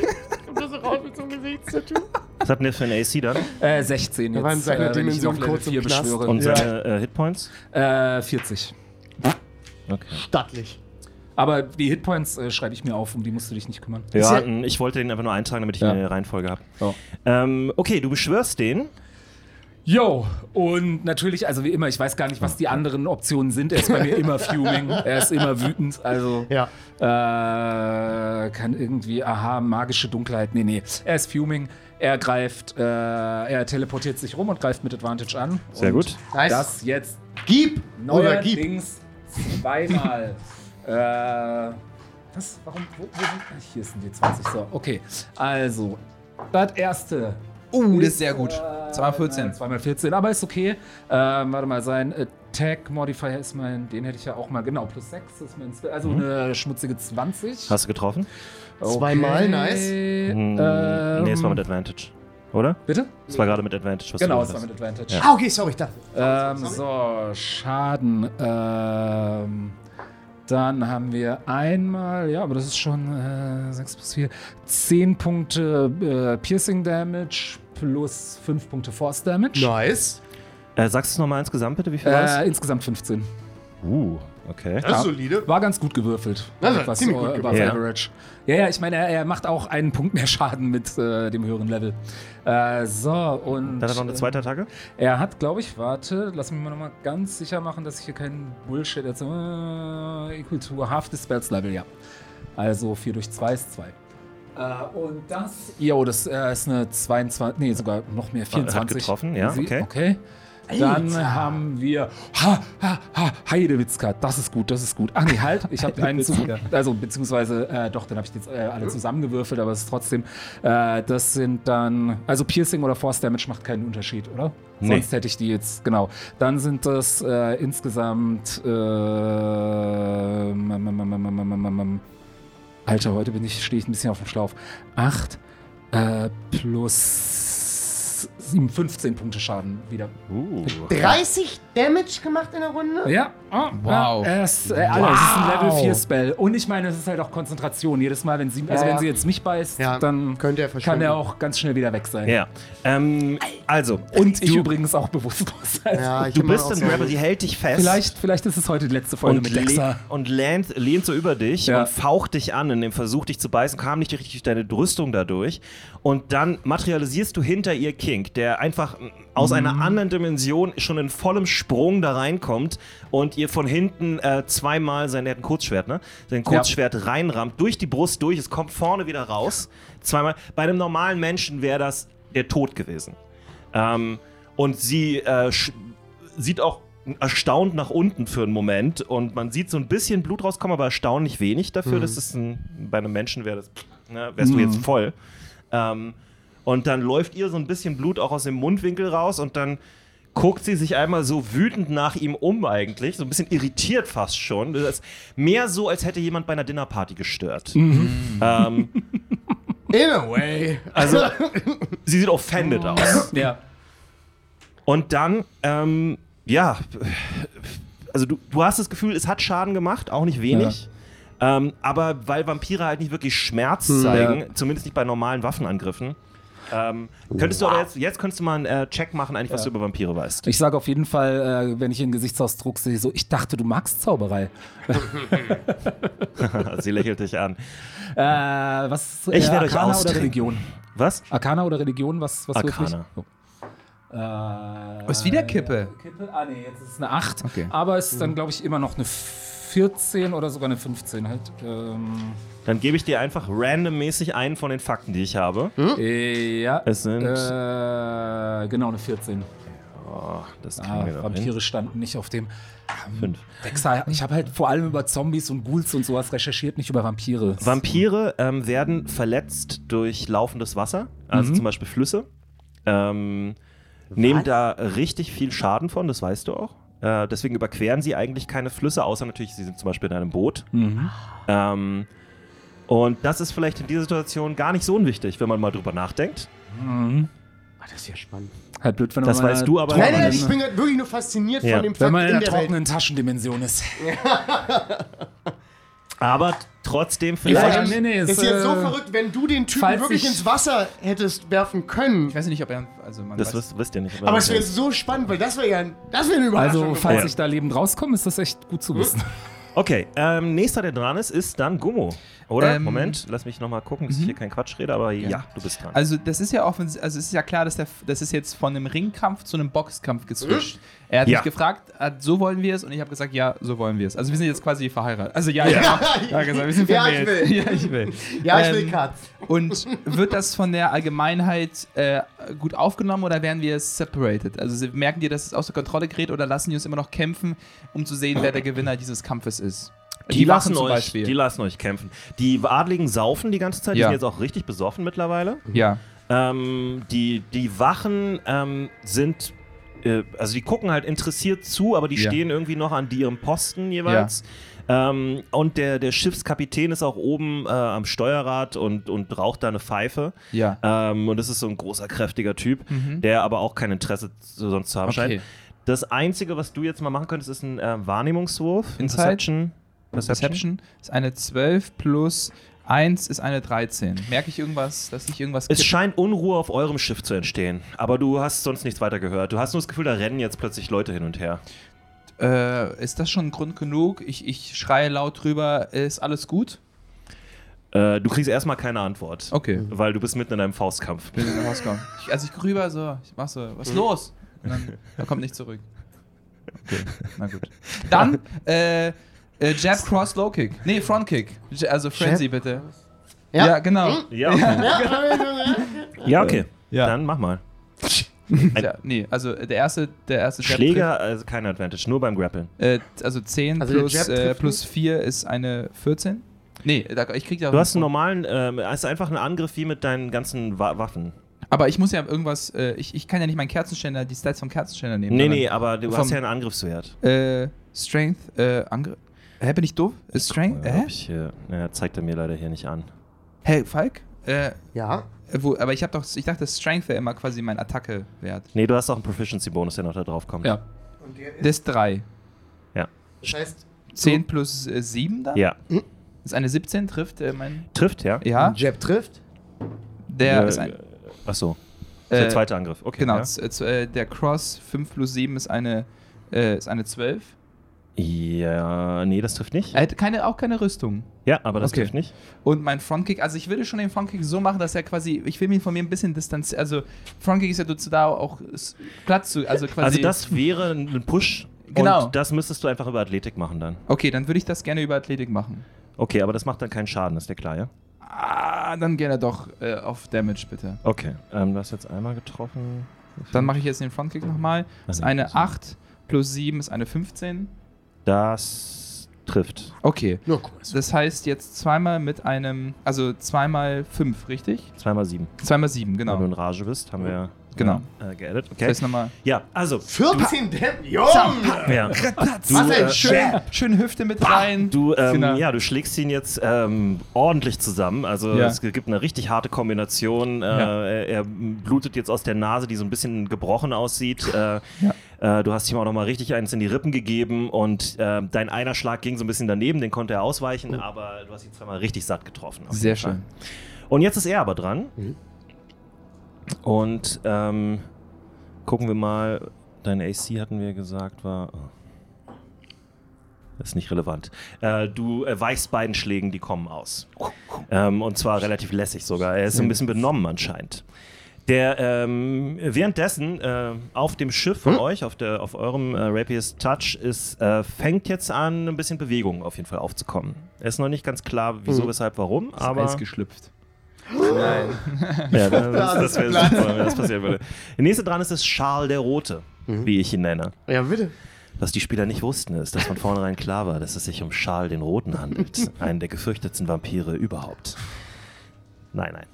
Und das raus mit so einem Gesichtstattoo. Was hat denn der für ein AC dann? Äh, 16 jetzt, waren seine äh, wenn ich ihn Dimension auf Level kurz im 4 Knast. beschwöre. Und Ja. seine äh, Hitpoints? äh, 40. Okay. Stattlich. Aber die Hitpoints äh, schreibe ich mir auf, um die musst du dich nicht kümmern. Ja, ja- n- ich wollte den einfach nur eintragen, damit ich Ja. eine Reihenfolge habe. Oh. Ähm, okay, du beschwörst den. Yo, und natürlich, also wie immer, ich weiß gar nicht, was die anderen Optionen sind. Er ist bei mir immer fuming, er ist immer wütend, also Ja. äh, kann irgendwie, aha, magische Dunkelheit, nee, nee, er ist fuming, er greift, äh, er teleportiert sich rum und greift mit Advantage an. Sehr und gut. Nice. Das jetzt Gib oder gib. neuerdings zweimal. äh, was, warum, wo, wo sind, ah, hier sind die 20, so, okay. Also, das erste Uh, das ist sehr gut. äh, 2x14. nein, 2x14, aber ist okay. Ähm, warte mal, sein Attack Modifier ist mein, den hätte ich ja auch mal, genau, plus 6 ist mein, Spe- also eine schmutzige 20. Hast du getroffen? Okay. Zweimal, nice. Hm, Ähm, nee, es war mit Advantage. Oder? bitte? Es war gerade mit Advantage, was Genau, du es war gesagt mit hast. Advantage. Ja. Ah, okay, sorry, ich dachte. Ähm, so, Schaden. Ähm, dann haben wir einmal, ja, aber das ist schon äh, 6 plus 4, 10 Punkte äh, Piercing Damage plus 5 Punkte Force Damage. Nice. Äh, sagst du es nochmal insgesamt bitte, wie viel war es? Äh, insgesamt 15. Uh, okay. Das ist solide. War ganz gut gewürfelt. Das war Etwas ziemlich so gut above gewürfelt. Ja. Average. Ja, ja, ich meine, er, er macht auch einen Punkt mehr Schaden mit äh, dem höheren Level. Äh, so, und. Dann hat er noch eine zweite Attacke. Er hat, glaube ich, warte, lass mich mal nochmal ganz sicher machen, dass ich hier keinen Bullshit erzähle. Äh, equal to half the spells level, ja. Also 4 durch 2 ist 2. Äh, und das. Jo, das äh, ist eine 22, nee, sogar noch mehr, 24. getroffen, ja, Sie- okay. okay. Dann haben wir. Ha, ha, ha, Heidewitzka, das ist gut, das ist gut. Ach nee, halt, ich habe einen zu. Also, beziehungsweise, äh, doch, dann habe ich jetzt äh, alle zusammengewürfelt, aber es ist trotzdem. Äh, das sind dann. Also, Piercing oder Force Damage macht keinen Unterschied, oder? Nee. Sonst hätte ich die jetzt, genau. Dann sind das äh, insgesamt. Äh, mm, mm, mm, mm, mm, mm, mm. Alter, heute bin ich, stehe ich ein bisschen auf dem Schlauch. Acht äh, plus es ihm 15 Punkte Schaden wieder. Uh. 30 Damage gemacht in der Runde? Ja. Ah, Wow. Ja, es, äh, Alter, es ist ein Level 4 Spell. Und ich meine, es ist halt auch Konzentration. Jedes Mal, wenn sie, also Ja, wenn ja. sie jetzt mich beißt, Ja, dann könnte er kann verschwinden. er auch ganz schnell wieder weg sein. Ja. Ähm, also, Und ich übrigens auch bewusstlos. Also, Ja, ich du hab mal bist auch im so- Grapple, die hält dich fest. vielleicht, vielleicht ist es heute die letzte Folge und, mit le- Lexa. und lehnt, lehnt so über dich Ja. und faucht dich an in dem Versuch, dich zu beißen, kam nicht richtig durch deine Rüstung dadurch. Und dann materialisierst du hinter ihr King, der einfach mm, aus Mhm. einer anderen Dimension schon in vollem Sprung da reinkommt und ihr von hinten äh, zweimal sein, der hat ein Kurzschwert, ne? Sein Kurzschwert reinrammt, durch die Brust durch, es kommt vorne wieder raus. Zweimal. Bei einem normalen Menschen wäre das der Tod gewesen. Ähm, und sie äh, sch- sieht auch erstaunt nach unten für einen Moment und man sieht so ein bisschen Blut rauskommen, aber erstaunlich wenig dafür. Das ist ein, bei einem Menschen wäre das, ne, wärst du jetzt voll. Ähm, und dann läuft ihr so ein bisschen Blut auch aus dem Mundwinkel raus und dann guckt sie sich einmal so wütend nach ihm um eigentlich, so ein bisschen irritiert fast schon. Das ist mehr so, als hätte jemand bei einer Dinnerparty gestört. Ähm, In a way. also sie sieht offended aus. Ja. Und dann, ähm, ja, also du, du hast das Gefühl, es hat Schaden gemacht, auch nicht wenig. Ähm, aber weil Vampire halt nicht wirklich Schmerz Hm, zeigen, zumindest nicht bei normalen Waffenangriffen, ähm, könntest du aber jetzt, jetzt könntest du mal einen äh, Check machen, eigentlich, was du über Vampire weißt. Ich sage auf jeden Fall, äh, wenn ich ihren Gesichtsausdruck sehe, so, ich dachte, du magst Zauberei. Sie lächelt dich an. Äh, was äh, Ich werde euch Arcana oder austrinken. Religion? Was? Arcana oder Religion, was, was würfel ich? Arcana. So. Äh, Oh, ist wieder Kippe. Kippe? Ah, nee, jetzt ist es eine 8. Okay. Aber es ist dann, glaube ich, immer noch eine 14 oder sogar eine 15 halt. Ähm, Dann gebe ich dir einfach randommäßig einen von den Fakten, die ich habe. Hm? äh, ja. Es sind- Äh, genau, eine 14. Oh, das Ah, kriegen wir doch hin. Vampire standen nicht auf dem. ähm, Fünf. Dexter, ich habe halt vor allem über Zombies und Ghouls und sowas recherchiert, nicht über Vampire. Vampire ähm, werden verletzt durch laufendes Wasser, also zum Beispiel Flüsse. Ähm, nehmen da richtig viel Schaden von, das weißt du auch. Äh, deswegen überqueren sie eigentlich keine Flüsse, außer natürlich, sie sind zum Beispiel in einem Boot. Ähm, und das ist vielleicht in dieser Situation gar nicht so unwichtig, wenn man mal drüber nachdenkt. Ah, das ist ja spannend. Halt blöd, wenn Das man in weißt einer du aber- trockenen- Nein, nein, nein, ich bin grad wirklich nur fasziniert Ja. von dem wenn Fakt man in in einer der Welt. trockenen Taschendimension ist. Aber trotzdem Vor vielleicht. Ja, allem nee, nee, ist es, jetzt so äh, verrückt, wenn du den Typen falls wirklich ich- ins Wasser hättest werfen können. Ich weiß nicht, ob er. Also man Das weiß, wisst, wisst ihr nicht. Aber es wäre so spannend, weil das wäre ja ein, das wäre eine Überraschung. Also, falls Ja. ich da lebend rauskomme, ist das echt gut Hm? zu wissen. Okay, ähm, nächster, der dran ist, ist dann Gummo. Oder? Ähm, Moment, lass mich nochmal gucken, dass ich hier kein Quatsch rede, aber ja, du bist dran. Also das ist ja offens also es ist ja klar, dass der, das ist jetzt von einem Ringkampf zu einem Boxkampf geswitcht. Er hat Äh? Ja. mich gefragt, hat, so wollen wir es, und ich habe gesagt, ja, so wollen wir es. Also wir sind jetzt quasi verheiratet. Also ja, ja, ja, gesagt, wir sind Ja, ich vermählt. will. Ja, ich will. ja, ich will ähm, Katz. Und wird das von der Allgemeinheit äh, gut aufgenommen oder werden wir separated? Also sie- merken die, dass es außer Kontrolle gerät oder lassen die uns immer noch kämpfen, um zu sehen, wer der Gewinner dieses Kampfes ist? Die Wachen lassen, euch, die lassen euch kämpfen. Die Adligen saufen die ganze Zeit, die Ja. sind jetzt auch richtig besoffen mittlerweile. ja. Ähm, die, die Wachen ähm, sind, äh, also die gucken halt interessiert zu, aber die Ja. stehen irgendwie noch an ihrem Posten jeweils. Ähm, und der, der Schiffskapitän ist auch oben äh, am Steuerrad und, und raucht da eine Pfeife. Ja. Ähm, und das ist so ein großer, kräftiger Typ, der aber auch kein Interesse zu- sonst zu haben Mhm. Okay. scheint. Das Einzige, was du jetzt mal machen könntest, ist ein äh, Wahrnehmungswurf. Insight? Perception. Perception ist eine 12 plus 1 ist eine 13. Merke ich irgendwas, dass ich irgendwas Es kipp- scheint Unruhe auf eurem Schiff zu entstehen, aber du hast sonst nichts weiter gehört. Du hast nur das Gefühl, da rennen jetzt plötzlich Leute hin und her. äh, Ist das schon Grund genug? Ich, ich schreie laut drüber, ist alles gut? Äh, du kriegst erstmal keine Antwort, Okay. weil du bist mitten in einem Faustkampf. Bin in Moskau. Ich, also ich guck rüber, so, ich mach so, was ist los? Und dann, er kommt nicht zurück. Okay, na gut. Dann, äh, äh, Jab, Cross, Low Kick. Nee, Front Kick. J also Frenzy bitte. Ja, genau. Ja, Mhm. okay. ja, okay. Ja. Dann mach mal. Ja, nee, also äh, der erste, der erste Jab Schläger, also kein Advantage, nur beim Grappeln. Äh, also 10 Also der plus, Jab äh, trifft plus 4 ist eine 14. Nee, da, ich krieg ja. Du hast einen normalen, ähm, es ist einfach ein Angriff wie mit deinen ganzen Wa Waffen. Aber ich muss ja irgendwas. Äh, ich, ich kann ja nicht meinen Kerzenständer, die Stats vom Kerzenständer nehmen. Nee, nee, aber du Vom- hast ja einen Angriffswert. Äh, Strength, äh, Angriff. Hä, bin ich doof? Äh, Strength? Ja, Hä? hab ich hier, ja, zeigt er mir leider hier nicht an. Hey, Falk? Äh, Ja. wo, aber ich, hab doch, ich dachte, Strength wäre immer quasi mein Attackewert. Nee, du hast auch einen Proficiency-Bonus, der noch da drauf kommt. Ja. Und der ist, Das ist 3. Ja. das heißt, 10 plus 7 dann? Ja. Ist eine 17, trifft äh, mein. Trifft, ja? Ja, Jab trifft. der Äh, ist ein. Achso. Das ist Äh, der zweite Angriff. Okay. Genau, Ja. z- z- äh, der Cross 5 plus 7 ist eine, äh, ist eine 12. ja, nee, das trifft nicht. Er hat keine, auch keine Rüstung. Ja, aber das Äh, Okay. trifft nicht. Und mein Frontkick, also ich würde schon den Frontkick so machen, dass er quasi, ich will mich von mir ein bisschen distanzieren. Also Frontkick ist ja dazu da, auch s- Platz zu, also quasi. Also das wäre ein Push. Genau. Und das müsstest du einfach über Athletik machen dann. Okay, dann würde ich das gerne über Athletik machen. Okay, aber das macht dann keinen Schaden, ist dir klar, ja? Ah, dann gerne doch äh, auf Damage bitte. Okay. Ähm, du hast jetzt einmal getroffen. Dann mache ich jetzt den Frontkick nochmal. Das Also ist eine 8 plus 7 ist eine 15. Das trifft. Okay. Ja, guck mal. Das heißt jetzt zweimal mit einem, also zweimal 5, richtig? Zweimal sieben. Zweimal 7, Wenn du genau. in Rage bist, haben wir ja Genau. äh, geedit. Okay. Das heißt nochmal. ja, also. 14 Damage. Junge! Ja. Was äh, ein schöner. Schön Hüfte mit rein. Du, ähm, Genau. ja, du schlägst ihn jetzt ähm, ordentlich zusammen. Also Ja. es gibt eine richtig harte Kombination. Äh, Ja. er, er blutet jetzt aus der Nase, die so ein bisschen gebrochen aussieht. Äh, äh, du hast ihm auch nochmal richtig eins in die Rippen gegeben und äh, dein einer Schlag ging so ein bisschen daneben, den konnte er ausweichen, Oh. aber du hast ihn zweimal richtig satt getroffen. auf jeden Sehr Fall. schön. Und jetzt ist er aber dran. Und ähm, gucken wir mal. Dein AC hatten wir gesagt, war. oh. Ist nicht relevant. Äh, du äh, weichst beiden Schlägen, die kommen aus. Ähm, und zwar relativ lässig sogar. Er ist ein bisschen benommen anscheinend. Der ähm, währenddessen äh, auf dem Schiff von euch, auf, der, auf eurem äh, Rapier's Touch, ist, äh, fängt jetzt an, ein bisschen Bewegung auf jeden Fall aufzukommen. Es ist noch nicht ganz klar, wieso, weshalb, warum, Ist aber. Eis geschlüpft. Nein. Ja, das, das wäre Platz. super, wenn das passieren würde. Der nächste dran ist es Charles der Rote, Mhm. wie ich ihn nenne. Ja, bitte. Was die Spieler nicht wussten, ist, dass von vornherein klar war, dass es sich um Charles den Roten handelt. einen der gefürchtetsten Vampire überhaupt. Nein, nein.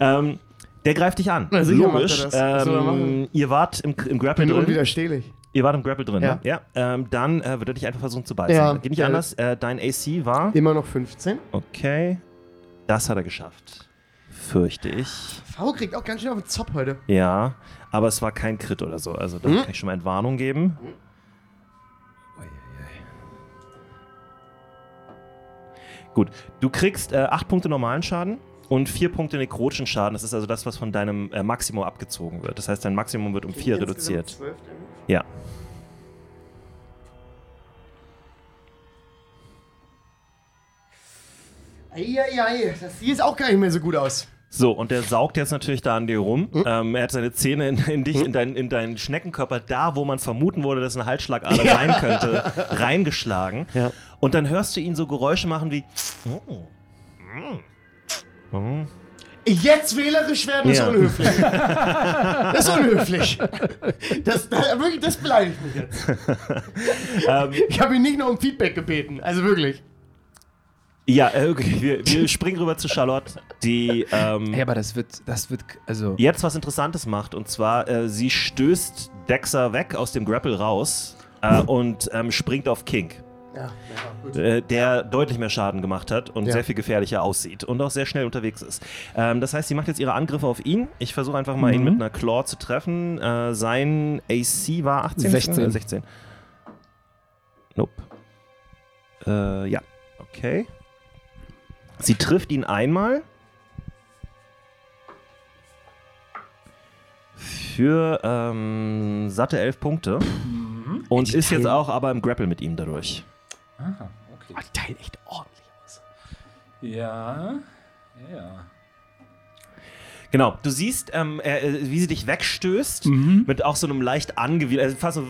Ähm, der greift dich an. Na, sicher Logisch. macht er das. Soll er Ähm, machen. ihr wart im, im Grapple Bin drin. unwiderstehlich. Ihr wart im Grapple drin, Ja. ne? Ja. Ähm, dann äh, wird er dich einfach versuchen zu beißen. Ja. Geht nicht Ja. anders. Äh, dein AC war. Immer noch 15. Okay. Das hat er geschafft. Fürchte ich. V kriegt auch ganz schön auf den Zopf heute. Ja, aber es war kein Crit oder so. Also da Hm? kann ich schon mal eine Warnung geben. Gut, du kriegst äh, 8 Punkte normalen Schaden und 4 Punkte nekrotischen Schaden. Das ist also das, was von deinem äh, Maximum abgezogen wird. Das heißt, dein Maximum wird um 4 reduziert. genau Ja. Eieiei, das sieht jetzt auch gar nicht mehr so gut aus. So, und der saugt jetzt natürlich da an dir rum. Hm? Ähm, er hat seine Zähne in, in dich, in, dein, in deinen Schneckenkörper, da, wo man vermuten würde, dass eine Halsschlagader sein könnte, reingeschlagen. Ja. Und dann hörst du ihn so Geräusche machen wie. Jetzt wählerisch werden ist Ja. unhöflich. das ist unhöflich. Das, das, wirklich, das beleidigt mich jetzt. Ähm. ich habe ihn nicht nur um Feedback gebeten, also wirklich. Ja, äh, okay, wir, wir springen rüber zu Charlotte, die ähm, Hm. Hey, aber das wird, das wird, also. jetzt was Interessantes macht. Und zwar, äh, sie stößt Dexter weg aus dem Grapple raus äh, und ähm, springt auf King, Ja, gut. äh, der deutlich mehr Schaden gemacht hat und Ja. sehr viel gefährlicher aussieht und auch sehr schnell unterwegs ist. Ähm, das heißt, sie macht jetzt ihre Angriffe auf ihn. Ich versuche einfach mal, Mhm. ihn mit einer Claw zu treffen. Äh, sein AC war 18. 16. Äh, 16. Nope. Äh, ja, okay. Sie trifft ihn einmal. Für ähm, satte elf Punkte. Mhm. Und ist jetzt auch aber im Grapple mit ihm dadurch. Aha, okay. Die teilen echt ordentlich aus. Ja. Ja, ja. Genau, du siehst, ähm, er, äh, wie sie dich wegstößt, mit auch so einem leicht angewidert, also fast so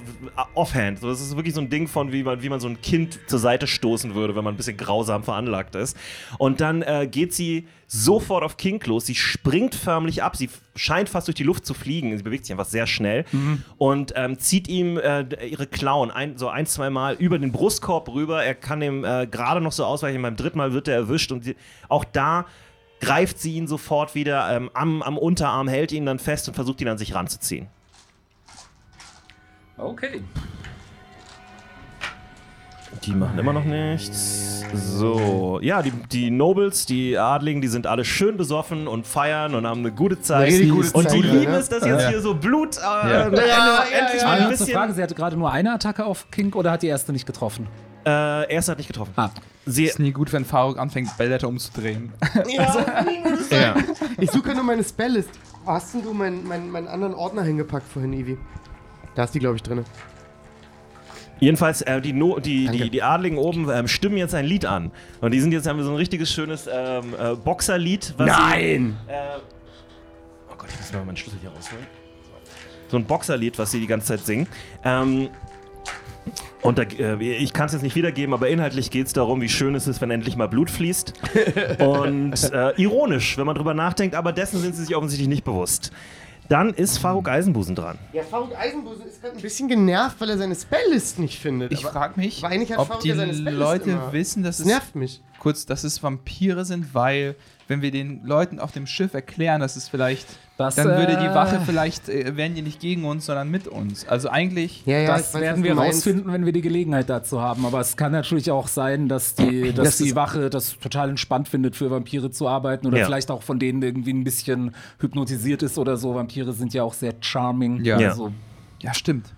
offhand. So, Das ist wirklich so ein Ding von, wie man, wie man so ein Kind zur Seite stoßen würde, wenn man ein bisschen grausam veranlagt ist. Und dann äh, geht sie sofort auf King los. Sie springt förmlich ab, sie f- scheint fast durch die Luft zu fliegen. Sie bewegt sich einfach sehr schnell und ähm, zieht ihm äh, d- ihre Klauen ein, so ein, zwei Mal über den Brustkorb rüber. Er kann ihm äh, gerade noch so ausweichen. Beim dritten Mal wird er erwischt und sie, auch da greift sie ihn sofort wieder ähm, am, am Unterarm, hält ihn dann fest und versucht ihn an sich ranzuziehen. Okay. Die machen immer noch nichts. So, ja, die, die Nobles, die Adligen, die sind alle schön besoffen und feiern und haben eine gute Zeit. Richtig gute und die Zeit, lieben ne? es, dass jetzt Ja. hier so Blut äh, Ja. äh, ja, endlich ja, mal Aber ein noch zur Ah, Frage, bisschen. sie hatte gerade nur eine Attacke auf King oder hat die erste nicht getroffen? Äh, erste hat nicht getroffen. Ah. Sie, Ist nie gut, wenn Faruk anfängt, Belletta umzudrehen. Ja. Ich suche nur meine Spelllist. Wo hast denn du meinen meinen- meinen anderen Ordner hingepackt vorhin, Ivi? Da ist die, glaube ich, drin. jedenfalls, äh, die, no die, Danke. die, die Adligen oben ähm, stimmen jetzt ein Lied an. Und die sind jetzt, haben wir so ein richtiges schönes ähm, äh, Boxerlied. was sie- Äh, oh Gott, ich muss mal meinen Schlüssel hier rausholen. So ein Boxerlied, was sie die ganze Zeit singen. Ähm, und da, äh, ich kann es jetzt nicht wiedergeben, aber inhaltlich geht es darum, wie schön es ist, wenn endlich mal Blut fließt. Und äh, ironisch, wenn man drüber nachdenkt, aber dessen sind sie sich offensichtlich nicht bewusst. Dann ist Faruk Eisenbusen dran. Ja, Faruk Eisenbusen ist gerade ein bisschen genervt, weil er seine Spelllist nicht findet. Ich aber frage mich, aber eigentlich hat ob Faruk die ja seine Spelllist Leute immer. wissen, dass das es nervt mich. kurz, dass es Vampire sind, weil wenn wir den Leuten auf dem Schiff erklären, dass es vielleicht, Das, dann würde die äh, Wache vielleicht, äh, wären die nicht gegen uns, sondern mit uns. Also eigentlich, Ja, das werden wir rausfinden, wenn wir die Gelegenheit dazu haben. Aber es kann natürlich auch sein, dass die, dass Das die ist- Wache das total entspannt findet, für Vampire zu arbeiten oder Ja. vielleicht auch von denen irgendwie ein bisschen hypnotisiert ist oder so. Vampire sind ja auch sehr charming. Ja. Ja. Also, ja stimmt.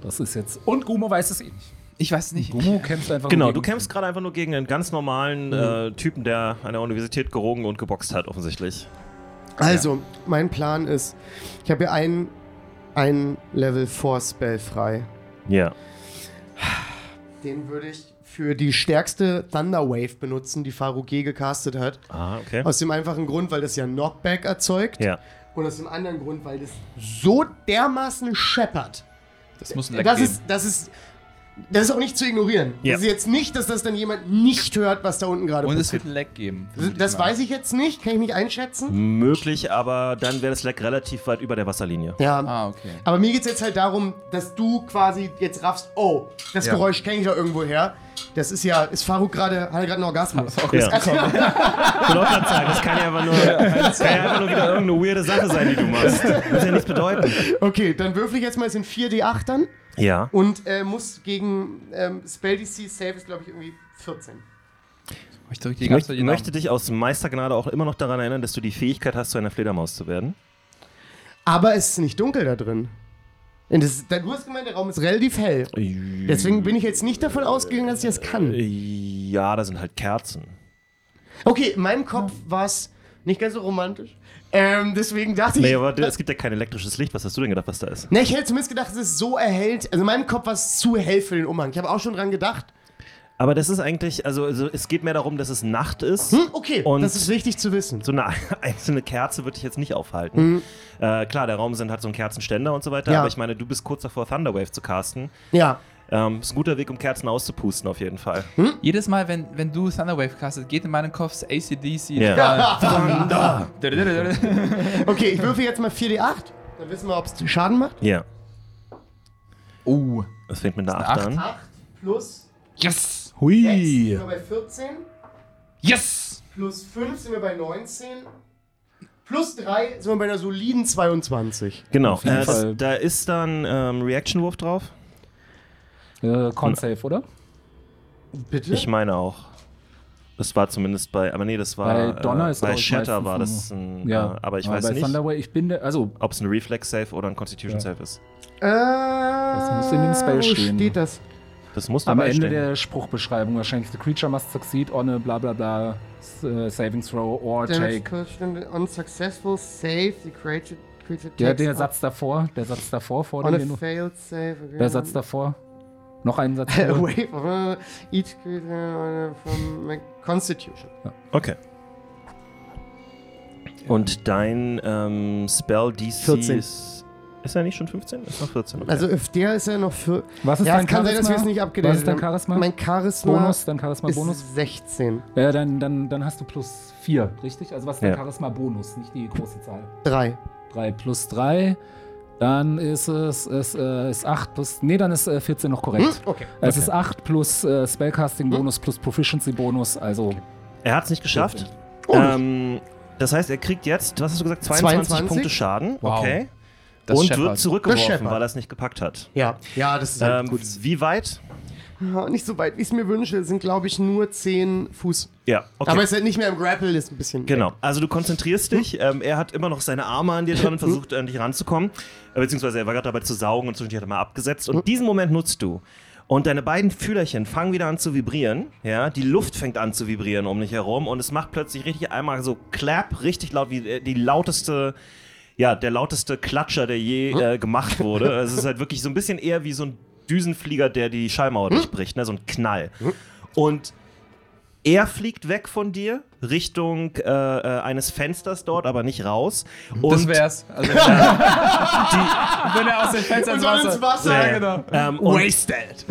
das ist jetzt. Und Gumo weiß es eh nicht. Ich weiß nicht. Gumo kämpft einfach. Genau, nur du gegen- kämpfst gerade einfach nur gegen einen ganz normalen äh, Typen, der an der Universität gerogen und geboxt hat, offensichtlich. Also, mein Plan ist, ich habe hier einen, einen Level 4 Spell frei. Ja. Den würde ich für die stärkste Thunderwave benutzen, die Faruk je gecastet hat. Ah, okay. Aus dem einfachen Grund, weil das ja Knockback erzeugt. Ja. Und aus dem anderen Grund, weil das so dermaßen scheppert. Das muss ein Leck Das geben. ist, das ist. Das ist auch nicht zu ignorieren. Ja. Das ist jetzt nicht, dass das dann jemand nicht hört, was da unten gerade Und es wird passiert. ein Leck geben. Das, das weiß ich jetzt nicht, kann ich nicht einschätzen. Möglich, aber dann wäre das Leck relativ weit über der Wasserlinie. Ja. Ah, okay. Aber mir geht es jetzt halt darum, dass du quasi jetzt raffst, oh, das Ja. Geräusch kenne ich ja irgendwo her. Das ist ja, ist Faruk gerade, hat er gerade einen Orgasmus. Ja. Wollte auch grad sagen, das kann ja einfach nur, das kann ja einfach nur wieder irgendeine weirde Sache sein, die du machst. Muss ja nichts bedeuten. Okay, dann würfel ich jetzt mal, es sind 4d8 dann Ja. und äh, muss gegen ähm, Spell DC Save ist, glaube ich, irgendwie 14. Ich drücke die Ich ganze möchte, Zeit die möchte dich aus Meistergnade auch immer noch daran erinnern, dass du die Fähigkeit hast, zu einer Fledermaus zu werden. Aber es ist nicht dunkel da drin. Und das, ist- du hast gemeint, der Raum ist relativ hell. Deswegen bin ich jetzt nicht davon ausgegangen, dass ich das kann. Ja, da sind halt Kerzen. Okay, in meinem Kopf war es nicht ganz so romantisch. Ähm, deswegen dachte Nee, ich, aber es gibt ja kein elektrisches Licht. Was hast du denn gedacht, was da ist? Na, ich hätte zumindest gedacht, es ist so erhellt. Also in meinem Kopf war es zu hell für den Umhang. Ich habe auch schon dran gedacht. Aber das ist eigentlich, also, also es geht mehr darum, dass es Nacht ist. Hm, okay, Und- das ist wichtig zu wissen. So eine einzelne Kerze würde ich jetzt nicht aufhalten. Äh, klar, der Raum sind hat so einen Kerzenständer und so weiter, Ja. aber ich meine, du bist kurz davor, Thunderwave zu casten. Ja. Ähm, ist ein guter Weg, um Kerzen auszupusten, auf jeden Fall. Namen. Jedes Mal, wenn, wenn du Thunderwave castet, geht in meinen Kopf das ACDC. Ja. Thunder. Thunder. Okay, ich würfe jetzt mal 4d8. Dann wissen wir, ob es Schaden macht. Ja. Oh. Das fängt mit einer eine 8 Acht. an. 8 plus Yes! sechs Hui. bei 14. Yes! Plus 5 sind wir bei 19. Plus 3 sind wir bei einer soliden 22. Genau. Auf jeden Äh, das, Fall. da ist dann ähm, Reaction-Wurf drauf. Äh, Con-Safe, oder? Bitte? Ich meine auch. Das war zumindest bei, aber nee, das war Bei Donner äh, ist, bei glaub ich, Shatter meistens war das nur- ein, äh, aber ich weiß bei nicht, Thunderwave, ich bin der, also ob es ein Reflex-Save oder ein Constitution-Save ist. äh, das muss in dem Spell wo stehen. steht das? Das muss am dabei Ende stehen. der Spruchbeschreibung wahrscheinlich. The creature must succeed on a bla bla bla s- äh, saving throw or Damage take. per unsuccessful save the creature, creature Ja, takes der up Satz davor, der Satz davor vor On dem a den du- failed save. Der Satz davor. Noch einen Satz. A davor. wave of each creature from my constitution. okay. Und dein ähm, Spell DC 14. ist. Ist er nicht schon 15? Ist noch 14. Okay. Also auf der ist er noch für. Was ist ja, dein es kann sein, dass wir Charisma? es nicht abgedatet Was ist dein haben. Charisma? Mein Charisma Bonus, dein Charisma-Bonus. ist 16. Äh, dann, dann, dann hast du plus 4, richtig? Also was ist dein Ja. Charisma-Bonus? Nicht die große Zahl. 3. 3 plus 3. Dann ist es, es äh, ist 8 plus. Nee, dann ist äh, 14 noch korrekt. Hm? Okay. Hm? Es ist 8 plus äh, Spellcasting-Bonus plus Proficiency-Bonus. Also er hat es nicht geschafft. Oh, nicht. ähm, das heißt, er kriegt jetzt, was hast du gesagt, 22, 22? Punkte Schaden. Wow. Okay. Das Und scheppert. wird zurückgeworfen, scheppert. weil er es nicht gepackt hat. Ja. ja, das ist halt Ähm, gut. wie weit? Ja, nicht so weit, wie ich es mir wünsche. Es sind, glaube ich, nur 10 Fuß. Ja, okay. Aber es ist halt nicht mehr im Grapple, ist ein bisschen. Genau. Also du konzentrierst dich. Ähm, er hat immer noch seine Arme an dir dran und versucht an dich ranzukommen. Äh, Beziehungsweise er war gerade dabei zu saugen und zwischendurch hat er mal abgesetzt. Und diesen Moment nutzt du. Und deine beiden Fühlerchen fangen wieder an zu vibrieren. Ja, die Luft fängt an zu vibrieren um dich herum und es macht plötzlich richtig einmal so clap, richtig laut, wie äh, die lauteste, ja, der lauteste Klatscher, der je äh, gemacht wurde. es ist halt wirklich so ein bisschen eher wie so ein Düsenflieger, der die Schallmauer durchbricht, ne? so ein Knall. Und er fliegt weg von dir Richtung äh, äh, eines Fensters dort, aber nicht raus. Und Das wär's. Also, wenn er aus dem Fenster Und ins dann Wasser. ins Wasser. Ja, genau. ähm, und, Wasted.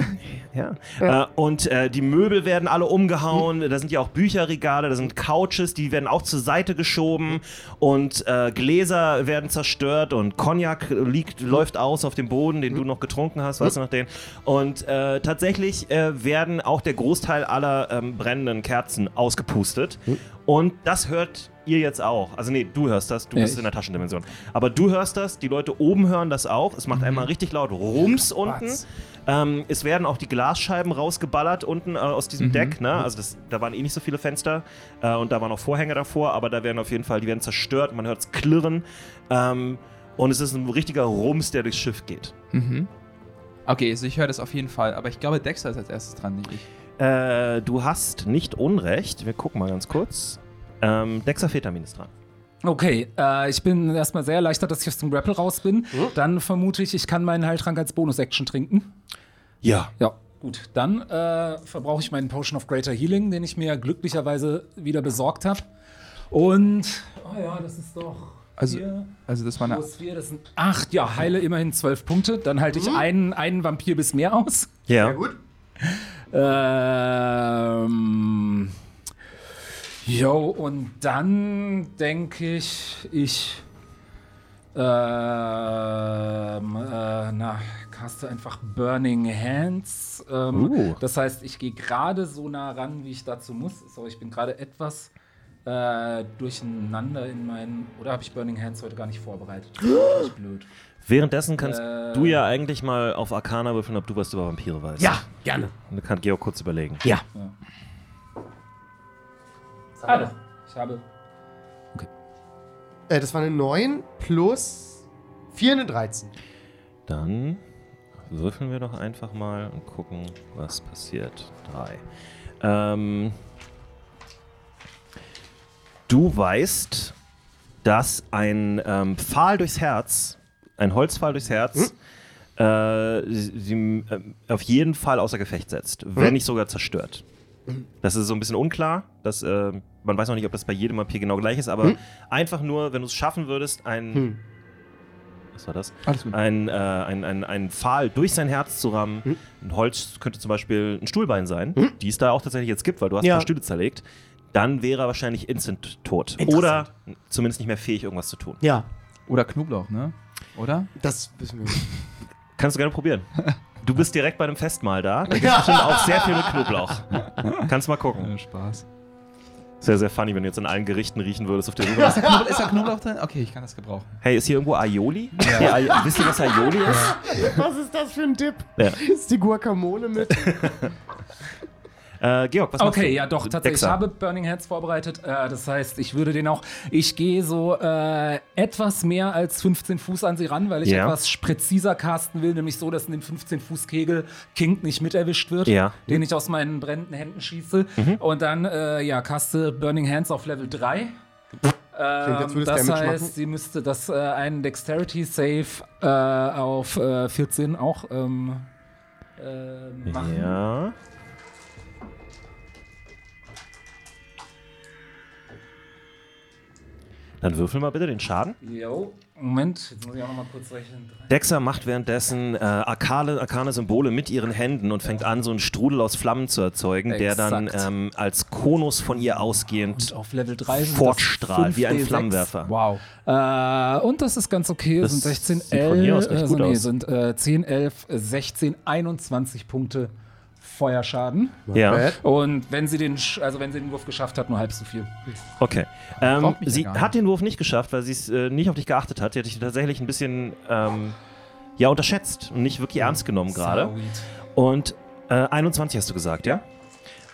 Ja. Äh, und äh, die Möbel werden alle umgehauen. Da sind ja auch Bücherregale, da sind Couches, die werden auch zur Seite geschoben. Und äh, Gläser werden zerstört und Cognac liegt, läuft aus auf dem Boden, den du noch getrunken hast, weißt du noch den. Und äh, tatsächlich äh, werden auch der Großteil aller ähm, brennenden Kerzen ausgepustet. Und das hört ihr jetzt auch. Also nee, du hörst das, du Ja, bist ich- in der Taschendimension. Aber du hörst das, die Leute oben hören das auch. Es macht Mhm. einmal richtig laut Rums unten. Ähm, es werden auch die Glasscheiben rausgeballert unten äh, aus diesem Deck. Ne? Also das, da waren eh nicht so viele Fenster äh, und da waren auch Vorhänge davor, aber da werden auf jeden Fall, die werden zerstört, man hört es klirren. Ähm, und es ist ein richtiger Rums, der durchs Schiff geht. Mhm. Okay, also ich höre das auf jeden Fall, aber ich glaube, Dexter ist als erstes dran, nicht ich. Äh, du hast nicht Unrecht. Wir gucken mal ganz kurz. Ähm, Dexafetamin ist dran. Okay, äh, ich bin erstmal sehr erleichtert, dass ich aus dem Grapple raus bin. Dann vermute ich, ich kann meinen Heiltrank als Bonus-Action trinken. Ja. Ja, gut. Dann äh, verbrauche ich meinen Potion of Greater Healing, den ich mir glücklicherweise wieder besorgt habe. Und, oh ja, das ist doch. Also- vier Also das war eine. plus vier, das sind acht. Ja, heile immerhin zwölf Punkte. Dann halte ich einen, einen Vampir bis mehr aus. Ja. Ja, gut. Ähm. Jo, und dann denke ich, ich. Ähm, äh, na, caste einfach Burning Hands. Ähm, Uh. Das heißt, ich gehe gerade so nah ran, wie ich dazu muss. Sorry, ich bin gerade etwas äh, durcheinander in meinen. Oder habe ich Burning Hands heute gar nicht vorbereitet? Das ist natürlich blöd. Währenddessen kannst Äh. du ja eigentlich mal auf Arcana würfeln, ob du was über Vampire weißt. Ja, gerne. Und da kann Georg kurz überlegen. Ja. Alles. Ich habe. Äh, das war eine 9 plus 4 eine 13. Dann würfeln wir doch einfach mal und gucken, was passiert. Drei. Ähm, du weißt, dass ein ähm, Pfahl durchs Herz, ein Holzpfahl durchs Herz, Hm? äh, sie, sie, ähm, auf jeden Fall außer Gefecht setzt, Hm? wenn nicht sogar zerstört. Das ist so ein bisschen unklar. Dass, äh, man weiß noch nicht, ob das bei jedem Papier genau gleich ist, Hm? aber einfach nur, wenn du es schaffen würdest, ein. Hm. Was war das? Alles gut. ein, äh, ein, ein, ein Pfahl durch sein Herz zu rammen. Ein Holz könnte zum Beispiel ein Stuhlbein sein, die es da auch tatsächlich jetzt gibt, weil du hast Ja. ein paar Stühle zerlegt. Dann wäre er wahrscheinlich instant tot. Oder Interessant. zumindest nicht mehr fähig, irgendwas zu tun. Ja, Oder Knoblauch, ne? Oder? das wissen wir. Kannst du gerne probieren. Du bist direkt bei einem Festmahl da. Da gibt es bestimmt auch sehr viel mit Knoblauch. Kannst mal gucken. Spaß. Sehr, sehr funny, wenn du jetzt in allen Gerichten riechen würdest auf der Suche. nach- Ist da Knoblauch drin? Okay, ich kann das gebrauchen. Hey, ist hier irgendwo Aioli? Hier, Ai- wisst ihr, was Aioli ist? Was ist das für ein Tipp? Ja. Ist die Guacamole mit? Äh, Georg, was machst du? Okay, ja doch, tatsächlich. Dexa. Ich habe Burning Heads vorbereitet. Äh, das heißt, ich würde den auch. Ich gehe so äh, etwas mehr als 15 Fuß an sie ran, weil ich Ja. etwas präziser casten will, nämlich so, dass in dem 15 Fuß Kegel King nicht mit erwischt wird, Ja. Mhm. den ich aus meinen brennenden Händen schieße. Und dann, äh, ja, caste Burning Hands auf Level 3. Klingt, als Ähm, würdest du das Damage heißt, machen. sie müsste das äh, einen Dexterity Save äh, auf äh, 14 auch ähm, äh, machen. Ja. Dann würfel mal bitte den Schaden. Jo, Moment, jetzt muss ich auch noch mal kurz rechnen. Dexa macht währenddessen äh, arkane, arkane Symbole mit ihren Händen und fängt an, so einen Strudel aus Flammen zu erzeugen, der dann Exakt. ähm, als Konus von ihr ausgehend Auf Level 3 sind das fortstrahlt, wie ein 5D6. Flammenwerfer. Wow. Äh, und das ist ganz okay. Das sind 16, sieht von hier aus 11, echt also gut nee, aus. sind äh, 10, 11, 16, 21 Punkte Feuerschaden. Ja, Bad. Und wenn sie den, Sch- also wenn sie den Wurf geschafft hat, nur halb so viel. okay. Ähm, Braucht mich ja sie gar nicht. hat den Wurf nicht geschafft, weil sie es äh, nicht auf dich geachtet hat. Sie hat dich tatsächlich ein bisschen ähm, ja, unterschätzt und nicht wirklich ernst genommen gerade. Sauweed. Und Äh, 21 hast du gesagt, ja?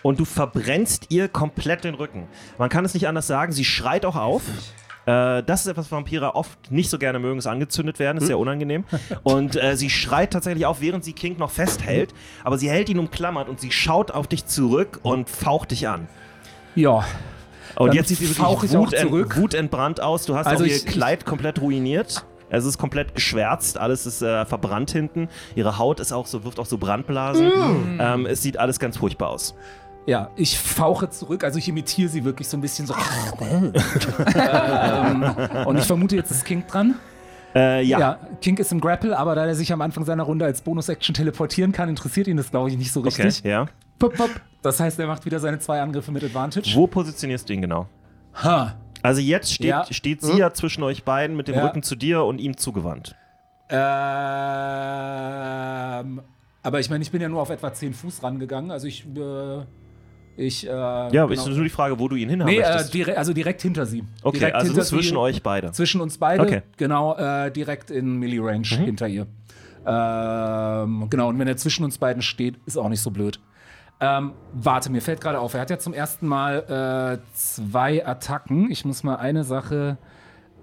Und du verbrennst ihr komplett den Rücken. Man kann es nicht anders sagen, sie schreit auch auf. Äh, das ist etwas, was Vampire oft nicht so gerne mögen, ist angezündet werden, Hm? ist sehr unangenehm. Und äh, sie schreit tatsächlich auf, während sie King noch Hm. festhält, aber sie hält ihn umklammert und sie schaut auf dich zurück und faucht dich an. Ja. Oh, Und Dann jetzt sieht sie fauch wirklich ich auch wutent, zurück. wutentbrannt aus. Du hast Also auch ihr ich- Kleid komplett ruiniert. Es ist komplett geschwärzt, alles ist äh, verbrannt hinten. Ihre Haut ist auch so, wirft auch so Brandblasen. Mm. Ähm, es sieht alles ganz furchtbar aus. Ja, ich fauche zurück, also ich imitiere sie wirklich so ein bisschen so. Ah, ähm, und ich vermute, jetzt ist King dran. Äh, ja. King ist im Grapple, aber da er sich am Anfang seiner Runde als Bonus-Action teleportieren kann, interessiert ihn das, glaube ich, nicht so Okay. richtig. Ja. Pop, pop. Das heißt, er macht wieder seine zwei Angriffe mit Advantage. Wo positionierst du ihn genau? Ha. Also jetzt steht, Ja. Hm? steht sie ja zwischen euch beiden mit dem Ja. Rücken zu dir und ihm zugewandt. Ähm, aber ich meine, ich bin ja nur auf etwa 10 Fuß rangegangen, also ich. Äh, ich äh, Ja, ja, aber ist nur die Frage, wo du ihn hinhaben Nee, äh, möchtest. dire also direkt hinter sie. okay, direkt also hinter zwischen sie. euch beide. Zwischen uns beide, Okay. Mhm. genau, äh, direkt in Melee-Range hinter ihr. Ähm, genau, und wenn er zwischen uns beiden steht, ist auch nicht so blöd. Ähm, warte, mir fällt gerade auf, er hat ja zum ersten Mal äh, zwei Attacken. Ich muss mal eine Sache.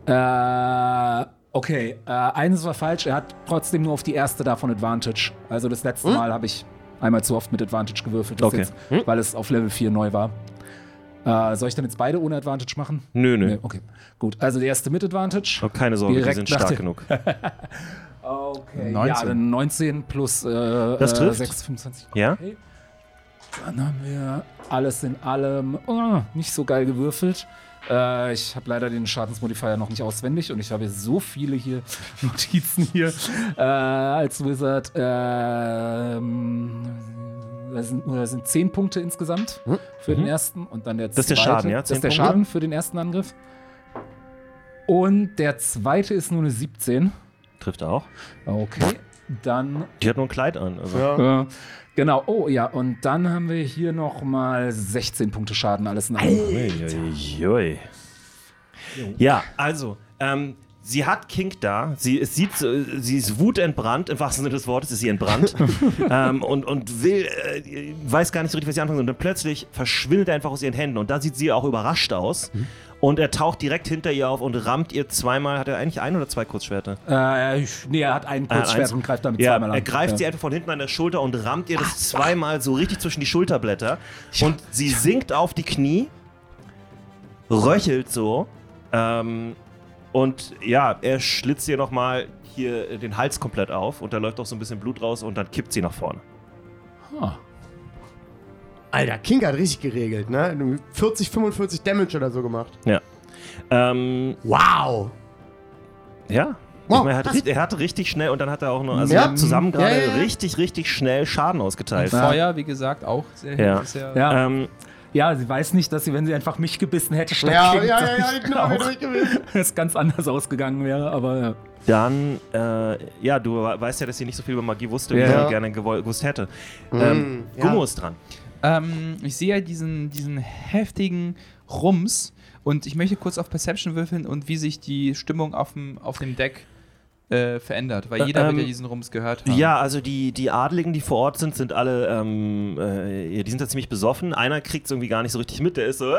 Äh, okay, äh, eines war falsch, er hat trotzdem nur auf die erste davon Advantage. Also das letzte Mal habe ich einmal zu oft mit Advantage gewürfelt, das Hm? Okay. jetzt, weil es auf Level 4 neu war. Äh, soll ich dann jetzt beide ohne Advantage machen? Nö, nö. Nee, okay. Gut, also der erste mit Advantage. Oh, keine Sorge, die Direkt sind nach stark dem- genug. Okay. 19. Ja, dann 19 plus äh, Das äh, trifft. 6, 25. Ja? Okay. Dann haben wir alles in allem oh, nicht so geil gewürfelt. Äh, ich habe leider den Schadensmodifier noch nicht auswendig und ich habe so viele hier Notizen hier äh, als Wizard. Ähm, das sind, das sind 10 Punkte insgesamt für den ersten und dann der Hm. Mhm. zweite. Das ist der Schaden, ja? Das ist 10 der Punkte? Schaden für den ersten Angriff. Und der zweite ist nur eine 17. Trifft auch. Hm. Okay, dann Die hat nur ein Kleid an. Also. Ja. äh, genau, oh ja, und dann haben wir hier nochmal 16 Punkte Schaden, alles in allem. Uiuiui. Ja, also, ähm, sie hat King da. Sie, es sieht, so- sie ist wutentbrannt, im wahrsten Sinne des Wortes ist sie entbrannt. ähm, und, und will, äh, weiß gar nicht so richtig, was sie anfangen soll. Und dann plötzlich verschwindet er einfach aus ihren Händen. Und da sieht sie auch überrascht aus. Und er taucht direkt hinter ihr auf und rammt ihr zweimal. Hat er eigentlich ein oder zwei Kurzschwerte? Äh, ich, nee, er hat einen Ah, Kurzschwert eins. und greift damit ja, zweimal an. Er greift ja. sie einfach von hinten an der Schulter und rammt ihr das zweimal so richtig zwischen die Schulterblätter. Und sie sinkt auf die Knie, röchelt so. Ähm, und ja, er schlitzt ihr nochmal hier den Hals komplett auf und da läuft auch so ein bisschen Blut raus und dann kippt sie nach vorne. Ah. Alter, King hat richtig geregelt, ne? 40, 45 Damage oder so gemacht. Ja. Ähm, Wow! ja. Wow, ich meine, er, hat, krass. ri- er hat richtig schnell und dann hat er auch noch, also Ja. wir haben zusammen gerade Ja, ja, ja. richtig, richtig schnell Schaden ausgeteilt. Feuer, wie gesagt, auch sehr Ja. sehr Ja. Ähm, ja, sie weiß nicht, dass sie, wenn sie einfach mich gebissen hätte, statt Ja, ja, King, ja, ja, dass genau, ich auch, richtig gewesen. es ganz anders ausgegangen wäre, aber ja. Dann, äh, ja, du we- weißt ja, dass sie nicht so viel über Magie wusste, wie Ja. Mhm. sie gerne gewol- gewusst hätte. Ähm, ja. Gummo ist dran. Ähm, ich sehe halt diesen, diesen heftigen Rums und ich möchte kurz auf Perception würfeln und wie sich die Stimmung auf dem, auf dem Deck äh, verändert, weil jeder Ähm, wird ja diesen Rums gehört haben. Ja, also die, die Adligen, die vor Ort sind, sind alle, ähm, äh, ja, die sind da ziemlich besoffen. Einer kriegt es irgendwie gar nicht so richtig mit, der ist so, äh,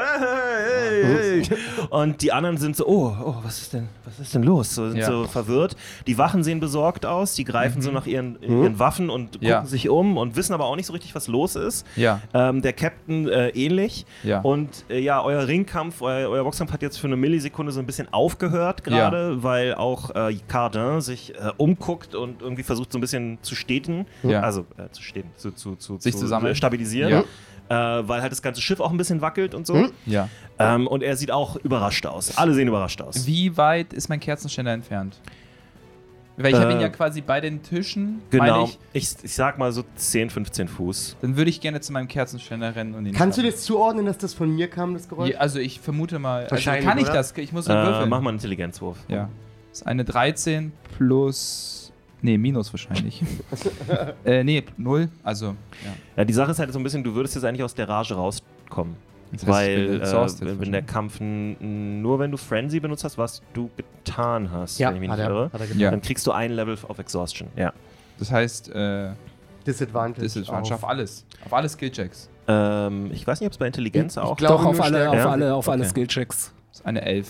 hey, hey. und die anderen sind so, oh, oh, was ist denn, was ist denn los? So, sind Ja. Mhm. so verwirrt. Die Wachen sehen besorgt aus, die greifen so nach ihren, Mhm. ihren Waffen und gucken Ja. sich um und wissen aber auch nicht so richtig, was los ist. Ja. Ähm, der Captain äh, ähnlich. Ja. Und äh, ja, euer Ringkampf, euer, euer Boxkampf hat jetzt für eine Millisekunde so ein bisschen aufgehört gerade, weil auch äh, Cardin sich äh, umguckt und irgendwie versucht so ein bisschen zu steten. Ja. Also äh, zu steten, zu, zu, zu, Sich zu zu sammeln. stabilisieren. Äh, weil halt das ganze Schiff auch ein bisschen wackelt und so. Ja. Ähm, und er sieht auch überrascht aus. Alle sehen überrascht aus. Wie weit ist mein Kerzenständer entfernt? Weil ich habe ihn Äh, ja quasi bei den Tischen, meine Genau. ich. Ich, ich sag mal so 10, 15 Fuß. Dann würde ich gerne zu meinem Kerzenständer rennen und ihn. Kannst du schnappen. das zuordnen, dass das von mir kam, das Geräusch? Ja, also ich vermute mal. Also Wahrscheinlich, kann ich oder? das? Ich muss Äh, dann würfeln. mach mal einen Intelligenzwurf. Ja. Ist eine 13 plus. Nee, minus wahrscheinlich. äh, nee, 0. Also, ja. Ja, die Sache ist halt so ein bisschen, du würdest jetzt eigentlich aus der Rage rauskommen. Das heißt, ich bin Weil exhausted äh, wenn der Kampf n- nur wenn du Frenzy benutzt hast, was du getan hast, wenn ich mich nicht irre, hat er Ja. dann kriegst du ein Level of Exhaustion. Ja. Das heißt, äh, Disadvantage. Das ist Disadvantage auf alles. Auf alle Skillchecks. Ähm, ich weiß nicht, ob es bei Intelligenz auch. glaub- Doch, auf nur alle, Stärke. auf Ja? alle, auf alle Okay. Skillchecks. Das ist eine Elf.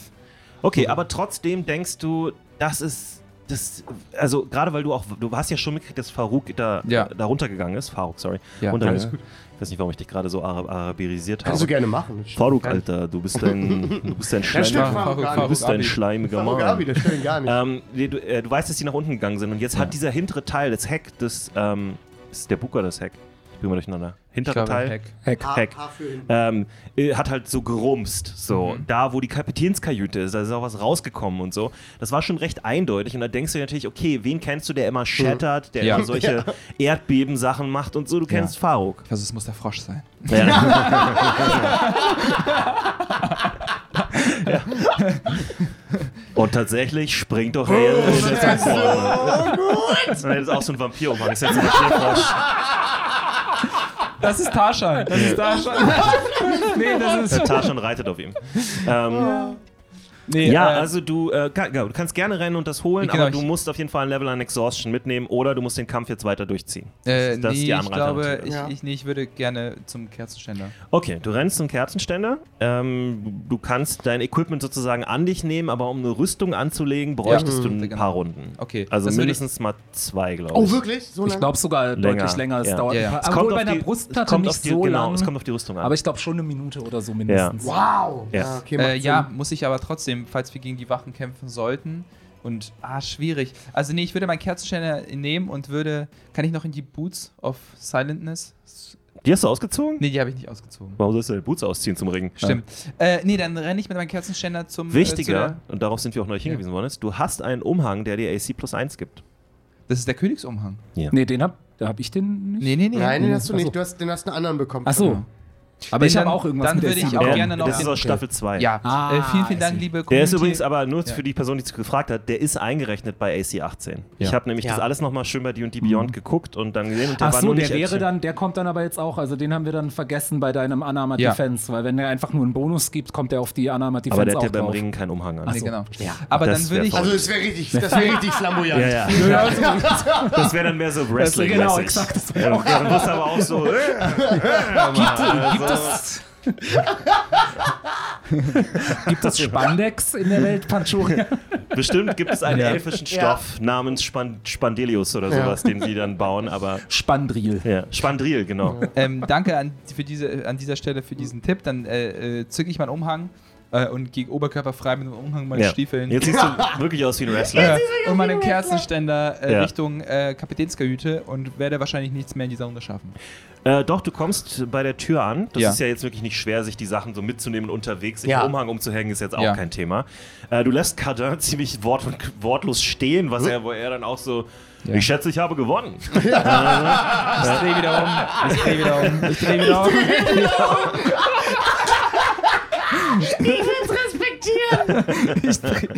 okay, aber trotzdem denkst du, das ist. Das, also gerade weil du auch, du hast ja schon mitgekriegt, dass Farouk da, Ja. da runtergegangen ist. Farouk, sorry. Ja, runtergegangen alles ist. Ich weiß nicht, warum ich dich gerade so arab arabirisiert Kannst du habe. gerne machen. Farouk, Alter, du bist ein, du bist ein stimmt, Schleim. Farouk gar Du bist ein schleimiger Farouk Mann. Abi, das stimmt gar nicht. Ähm, nee, du, äh, du weißt, dass die nach unten gegangen sind und jetzt hat dieser hintere Teil, das Heck des, ähm, ist der Bug oder das Heck? Ich bin mal durcheinander. Ich Hintere glaube, Teil, Hack. Heck. H- Heck. Ah, H für hinten. Ähm, äh, hat halt so gerumst, so Mhm. da, wo die Kapitänskajüte ist, da ist auch was rausgekommen und so. Das war schon recht eindeutig und da denkst du dir natürlich, okay, wen kennst du, der immer shattert, der Mhm. Ja. immer solche Erdbebensachen macht und so. Du kennst Faruk. Also es muss der Frosch sein. Ja. Ja. Und tatsächlich springt doch Hale und Oh, ist nach vorne. Und dann ist auch so ein Vampirumhang. Ist jetzt ein Schneefrosch. Das ist Tarshan. Das ist Tarshan. nee, das ist. Tarzan reitet auf ihm. Ähm, Nee, ja, äh, also du, äh, kann, ja, du kannst gerne rennen und das holen, Wie genau, aber du ich- musst auf jeden Fall ein Level an Exhaustion mitnehmen oder du musst den Kampf jetzt weiter durchziehen. äh, das ist nee, die ich glaube, Anreiternatur. ich, Ja. ich, nee, ich würde gerne zum Kerzenständer. Okay, du rennst zum Kerzenständer. Ähm, du kannst dein Equipment sozusagen an dich nehmen, aber um eine Rüstung anzulegen, bräuchtest Ja. Genau. du ein paar Runden. Okay, Also das würde ich- mindestens mal zwei, glaube ich. oh, wirklich? So äh, Ich lange? glaube sogar Länger, deutlich länger. Es ja. dauert Ja, ja. ein Es paar. kommt Obwohl auf bei einer die- Brustplatte kommt nicht auf die, so genau, lang. Es kommt auf die Rüstung an. aber ich glaube schon eine Minute oder so mindestens. Wow. Ah, Ja. okay, macht Äh, ja, Sinn. muss ich aber trotzdem, falls wir gegen die Wachen kämpfen sollten. Und, ah, schwierig. Also, nee, ich würde meinen Kerzenständer nehmen und würde. Kann ich noch in die Boots of Silentness? die hast du ausgezogen? Nee, die habe ich nicht ausgezogen. Warum sollst du deine Boots ausziehen zum Ringen? Stimmt. Äh, nee, dann renne ich mit meinem Kerzenständer zum. Äh, zu Wichtiger, der, und darauf sind wir auch neulich hingewiesen worden, ist, du hast einen Umhang, der dir AC plus 1 gibt. das ist der Königsumhang. Nee, den hab, da hab ich den nicht. Nee, nee, nee. Nein, den hast du Ach so. nicht. Du hast, den hast einen anderen bekommen. Ach so. Aber Den ich habe dann- auch irgendwas dann mit würde ich SC auch bekommen. gerne noch das ist den- aus Staffel 2. Ja, Ah, äh, vielen, I vielen see. Dank, liebe Community. Der ist übrigens aber nur Ja. für die Person, die es gefragt hat, der ist eingerechnet bei AC 18. Ich Ja. habe nämlich Ja. das alles nochmal schön bei D&D Beyond geguckt und dann gesehen und der Ach war so, nur der nicht wäre addition- dann, der kommt dann aber jetzt auch, also den haben wir dann vergessen bei deinem Unarmored Ja. Defense, weil wenn er einfach nur einen Bonus gibt, kommt er auf die Unarmored Defense Aber der hat auch ja beim drauf. Ringen keinen Umhang an. Nee, genau. Ja. Aber Das dann wär würde ich. voll. Also, das wäre richtig, das wäre richtig flamboyant. Ja, ja. Das wäre dann mehr so wrestling genau, exakt, Das wäre auch ja, du musst aber auch so. äh. Gibt es, Also. gibt es Spandex in der Welt, Panchoria? Bestimmt gibt es einen Ja. elfischen Stoff namens Span Spandelius oder Ja. sowas, den die dann bauen, aber. Spandril. Ja. Spandril, genau. ähm, danke an, für diese, an dieser Stelle für diesen Tipp. Dann äh, äh, zücke ich meinen Umhang äh, und gehe oberkörperfrei mit dem Umhang meine Ja. Stiefeln. Jetzt siehst du wirklich aus wie ein Wrestler. äh, und meinen Kerzenständer äh, Ja. Richtung äh, Kapitänskajüte und werde wahrscheinlich nichts mehr in dieser Runde schaffen. Äh, doch, du kommst bei der Tür an. Das Ja. ist ja jetzt wirklich nicht schwer, sich die Sachen so mitzunehmen und unterwegs. Sich Ja. im Umhang umzuhängen ist jetzt auch Ja. kein Thema. Äh, du lässt Cardin ziemlich wort wortlos stehen, was er, wo er dann auch so. Ja. Ich schätze, ich habe gewonnen. Ich drehe wieder um. Ich drehe wieder um. Ich drehe wieder um. Ich dreh-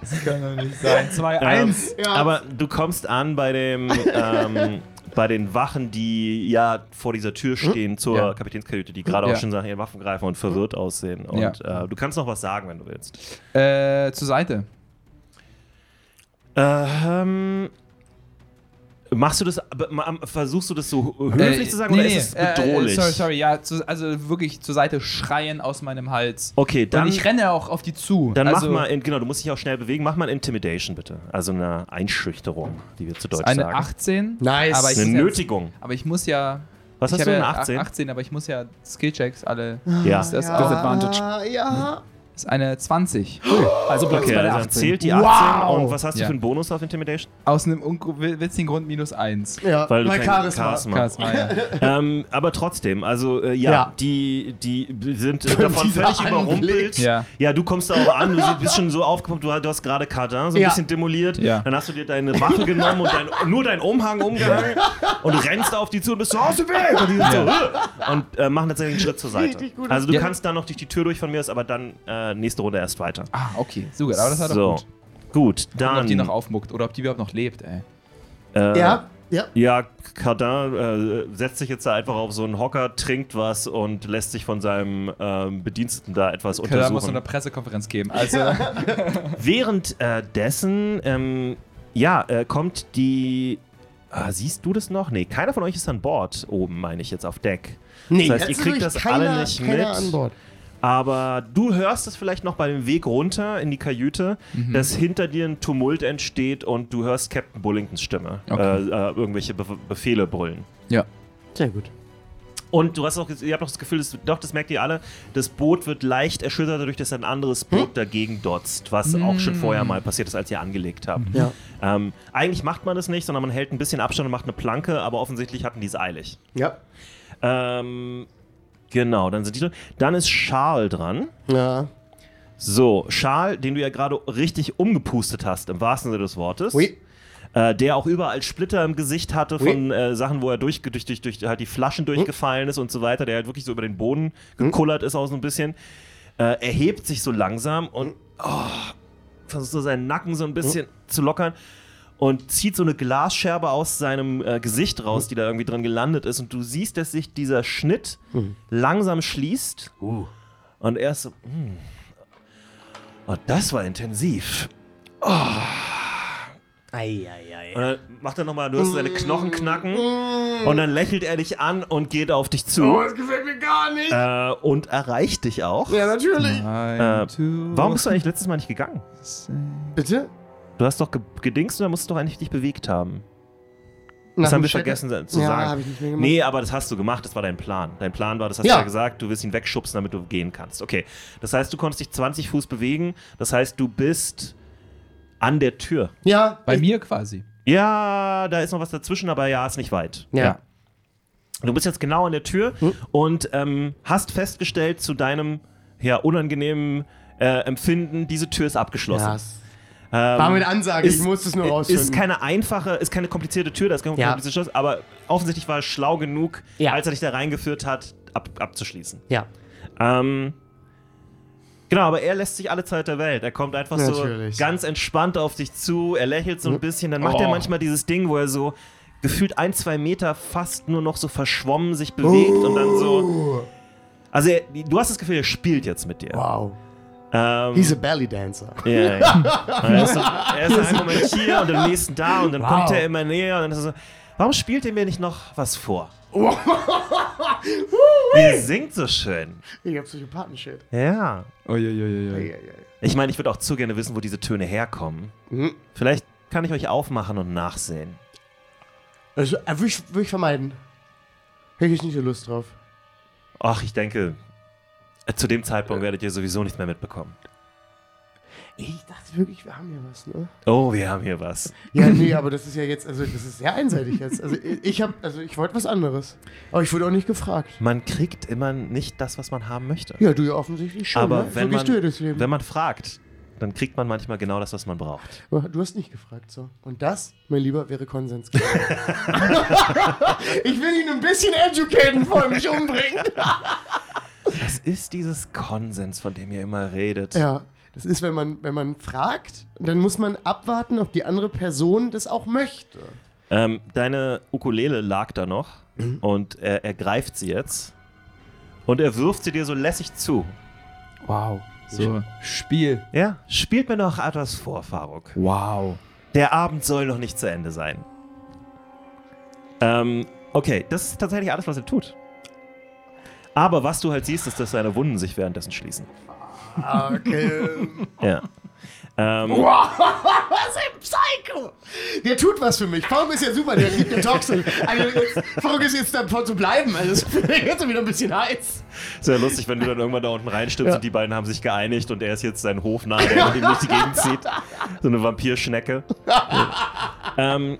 Das kann doch nicht sein. 2, Ähm, 1. Ja. Aber du kommst an bei dem. Ähm, Bei den Wachen, die ja vor dieser Tür stehen, zur Hm? Ja. Kapitänskajüte, die gerade Ja. Hm? auch schon nach ihren Waffen greifen und verwirrt aussehen. Und Ja. äh, du kannst noch was sagen, wenn du willst. Äh, zur Seite. Ähm. Machst du das, be- ma- am- versuchst du das so höflich zu sagen nee, oder nee, ist es äh, bedrohlich? Äh, sorry, sorry, ja, zu, also wirklich zur Seite schreien aus meinem Hals. Okay, Dann, dann, Und ich renne auch auf die zu. dann also, mach mal, in, genau, du musst dich auch schnell bewegen, mach mal Intimidation bitte. Also eine Einschüchterung, die wir zu Deutsch eine sagen. 18. Nice. Aber ich eine muss ja- Nötigung. Aber ich muss ja. Was ich hast du, habe eine ja 18? 18, aber ich muss ja Skillchecks alle. Ja. Ist das ja, auch- Disadvantage. Ah, Ja. ist eine 20. Also bleibst Okay, bei der also 18. zählt die 18 Wow. und was hast du Ja. für einen Bonus auf Intimidation? Aus einem ungru- witzigen Grund minus 1. ja. Weil du kein Charisma. Charisma- Charisma, ja. ähm, aber trotzdem, also äh, ja, Ja. die die sind äh, davon Dieser völlig Anblick. überrumpelt. Ja. du kommst da auch an, du bist schon so aufgepumpt, du, hast- du hast gerade Cardin so ein Ja. bisschen demoliert, Ja. dann hast du dir deine Waffe genommen und dein, nur deinen Umhang umgehangen und rennst auf die zu und bist so aus dem Weg und die sind so "Äh", und äh, machen tatsächlich einen Schritt zur Seite. Richtig gut. Also du Ja. kannst da noch durch die Tür durch von mir, ist aber dann äh, nächste Runde erst weiter. Ah, okay. Super, aber das war so. doch gut. Gut, Und dann. ob die noch aufmuckt oder ob die überhaupt noch lebt, ey. äh, Ja. Ja. Ja, Cardin äh, setzt sich jetzt da einfach auf so einen Hocker, trinkt was und lässt sich von seinem ähm, Bediensteten da etwas Da muss so untersuchen. eine Pressekonferenz geben. Also, Während äh, dessen, ähm, ja, äh, kommt die Ah, siehst du das noch? Nee, keiner von euch ist an Bord oben, meine ich jetzt, auf Deck. Nee, das heißt, jetzt ihr ist kriegt wirklich das keiner- alle nicht keiner mit. an Bord. Aber du hörst es vielleicht noch bei dem Weg runter in die Kajüte, Mhm. dass hinter dir ein Tumult entsteht und du hörst Captain Bullingtons Stimme. Okay. Äh, äh, irgendwelche Be Befehle brüllen. Ja. Sehr gut. Und du hast auch, ihr habt auch das Gefühl, dass, doch, das merkt ihr alle, das Boot wird leicht erschüttert dadurch, dass ein Hm? anderes Boot dagegen dotzt, was auch schon vorher mal passiert ist, als ihr angelegt habt. Ja. Ähm, eigentlich macht man das nicht, sondern man hält ein bisschen Abstand und macht eine Planke, aber offensichtlich hatten die es eilig. Ja. Ähm, genau, dann sind die drin. Dann ist Charles dran. Ja. So, Charles, den du ja gerade richtig umgepustet hast, im wahrsten Sinne des Wortes. Ui. Äh, der auch überall Splitter im Gesicht hatte Ui. von äh, Sachen, wo er durch, durch, durch, durch halt die Flaschen durchgefallen ist und so weiter, der halt wirklich so über den Boden gekullert ist auch so ein bisschen, äh, erhebt sich so langsam und oh, versucht so seinen Nacken so ein bisschen zu lockern und zieht so eine Glasscherbe aus seinem äh, Gesicht raus, die da irgendwie drin gelandet ist und du siehst, dass sich dieser Schnitt langsam schließt und er ist so, hm. oh, das war intensiv. Eieiei. Und dann macht er nochmal, du hörst seine Knochen knacken Mhm. und dann lächelt er dich an und geht auf dich zu das Oh, gefällt mir gar nicht. äh, und erreicht dich auch. Ja, natürlich. Time Äh, to Warum bist du eigentlich letztes Mal nicht gegangen? say- Bitte? Du hast doch ge- gedingst und dann musst du doch eigentlich dich bewegt haben. Nach Das haben dem wir Check- vergessen sa- zu ja, sagen. Hab ich nicht mehr gemacht. Nee, aber das hast du gemacht, das war dein Plan. Dein Plan war, das hast Ja. du ja gesagt, du willst ihn wegschubsen, damit du gehen kannst. Okay, das heißt, du konntest dich 20 Fuß bewegen, das heißt, du bist an der Tür. Ja. Bei ich- mir quasi. Ja, da ist noch was dazwischen, aber ja, ist nicht weit. Ja. Du bist jetzt genau an der Tür Hm? und ähm, hast festgestellt zu deinem ja, unangenehmen äh, Empfinden, diese Tür ist abgeschlossen. Das Ja, war mit Ansage, ich musste es nur rausfinden. Ähm, Ist keine einfache, ist keine komplizierte Tür, da ist kein Ja. komplizierter Schloss, aber offensichtlich war er schlau genug, Ja. als er dich da reingeführt hat, ab, abzuschließen. Ja. Ähm, genau, aber er lässt sich alle Zeit der Welt. Er kommt einfach Natürlich. Mhm. so ganz entspannt auf dich zu, er lächelt so ein bisschen, dann macht Oh. er manchmal dieses Ding, wo er so gefühlt ein, zwei Meter fast nur noch so verschwommen sich bewegt und dann so. Also, er, du hast das Gefühl, er spielt jetzt mit dir. Oh. Wow. Ähm, He's a belly dancer. ja, ja. er ist, er ist einen Moment hier und im nächsten da und dann Wow. kommt er immer näher und dann ist er so, warum spielt ihr mir nicht noch was vor? Ihr singt so schön. Ich hab Psychopathen-Shit. Ja. Uiuiuiui. Ich meine, ich würde auch zu gerne wissen, wo diese Töne herkommen. Mhm. Vielleicht kann ich euch aufmachen und nachsehen. Also, äh, würde ich, würd ich vermeiden. Hätte ich nicht so Lust drauf. Ach, ich denke, äh, zu dem Zeitpunkt werdet ihr sowieso nichts mehr mitbekommen. Ich dachte wirklich, wir haben hier was, ne? Oh, wir haben hier was. Ja, nee, aber das ist ja jetzt, also das ist sehr einseitig jetzt. Also ich ich hab, also ich wollte was anderes. Aber ich wurde auch nicht gefragt. Man kriegt immer nicht das, was man haben möchte. Ja, du ja offensichtlich schon. Aber ne? wenn, so man, gehst du ja durchs Leben. wenn man fragt, dann kriegt man manchmal genau das, was man braucht. Aber du hast nicht gefragt, so. Und das, mein Lieber, wäre Konsens. gewesen. ich will ihn ein bisschen educaten, vor mich umbringen. Das ist dieses Konsens, von dem ihr immer redet. Ja, das ist, wenn man, wenn man fragt, dann muss man abwarten, ob die andere Person das auch möchte. Ähm, deine Ukulele lag da noch Mhm. und er, er greift sie jetzt und er wirft sie dir so lässig zu. Wow. So, Spiel. Ja, spielt mir noch etwas vor, Faruk. Wow. Der Abend soll noch nicht zu Ende sein. Ähm, okay, das ist tatsächlich alles, was er tut. Aber was du halt siehst, ist, dass seine Wunden sich währenddessen schließen. Okay. Ja. Ähm, Was ein Psycho! Der tut was für mich. Faruk ist ja super, der liebt den Toxin. Also jetzt, Faruk ist jetzt davon zu bleiben. Also es wird jetzt wieder ein bisschen heiß. sehr lustig, wenn du dann irgendwann da unten reinstimmst und die beiden haben sich geeinigt und er ist jetzt sein Hofnarr, der mit ihm durch die Gegend zieht. So eine Vampirschnecke. ähm,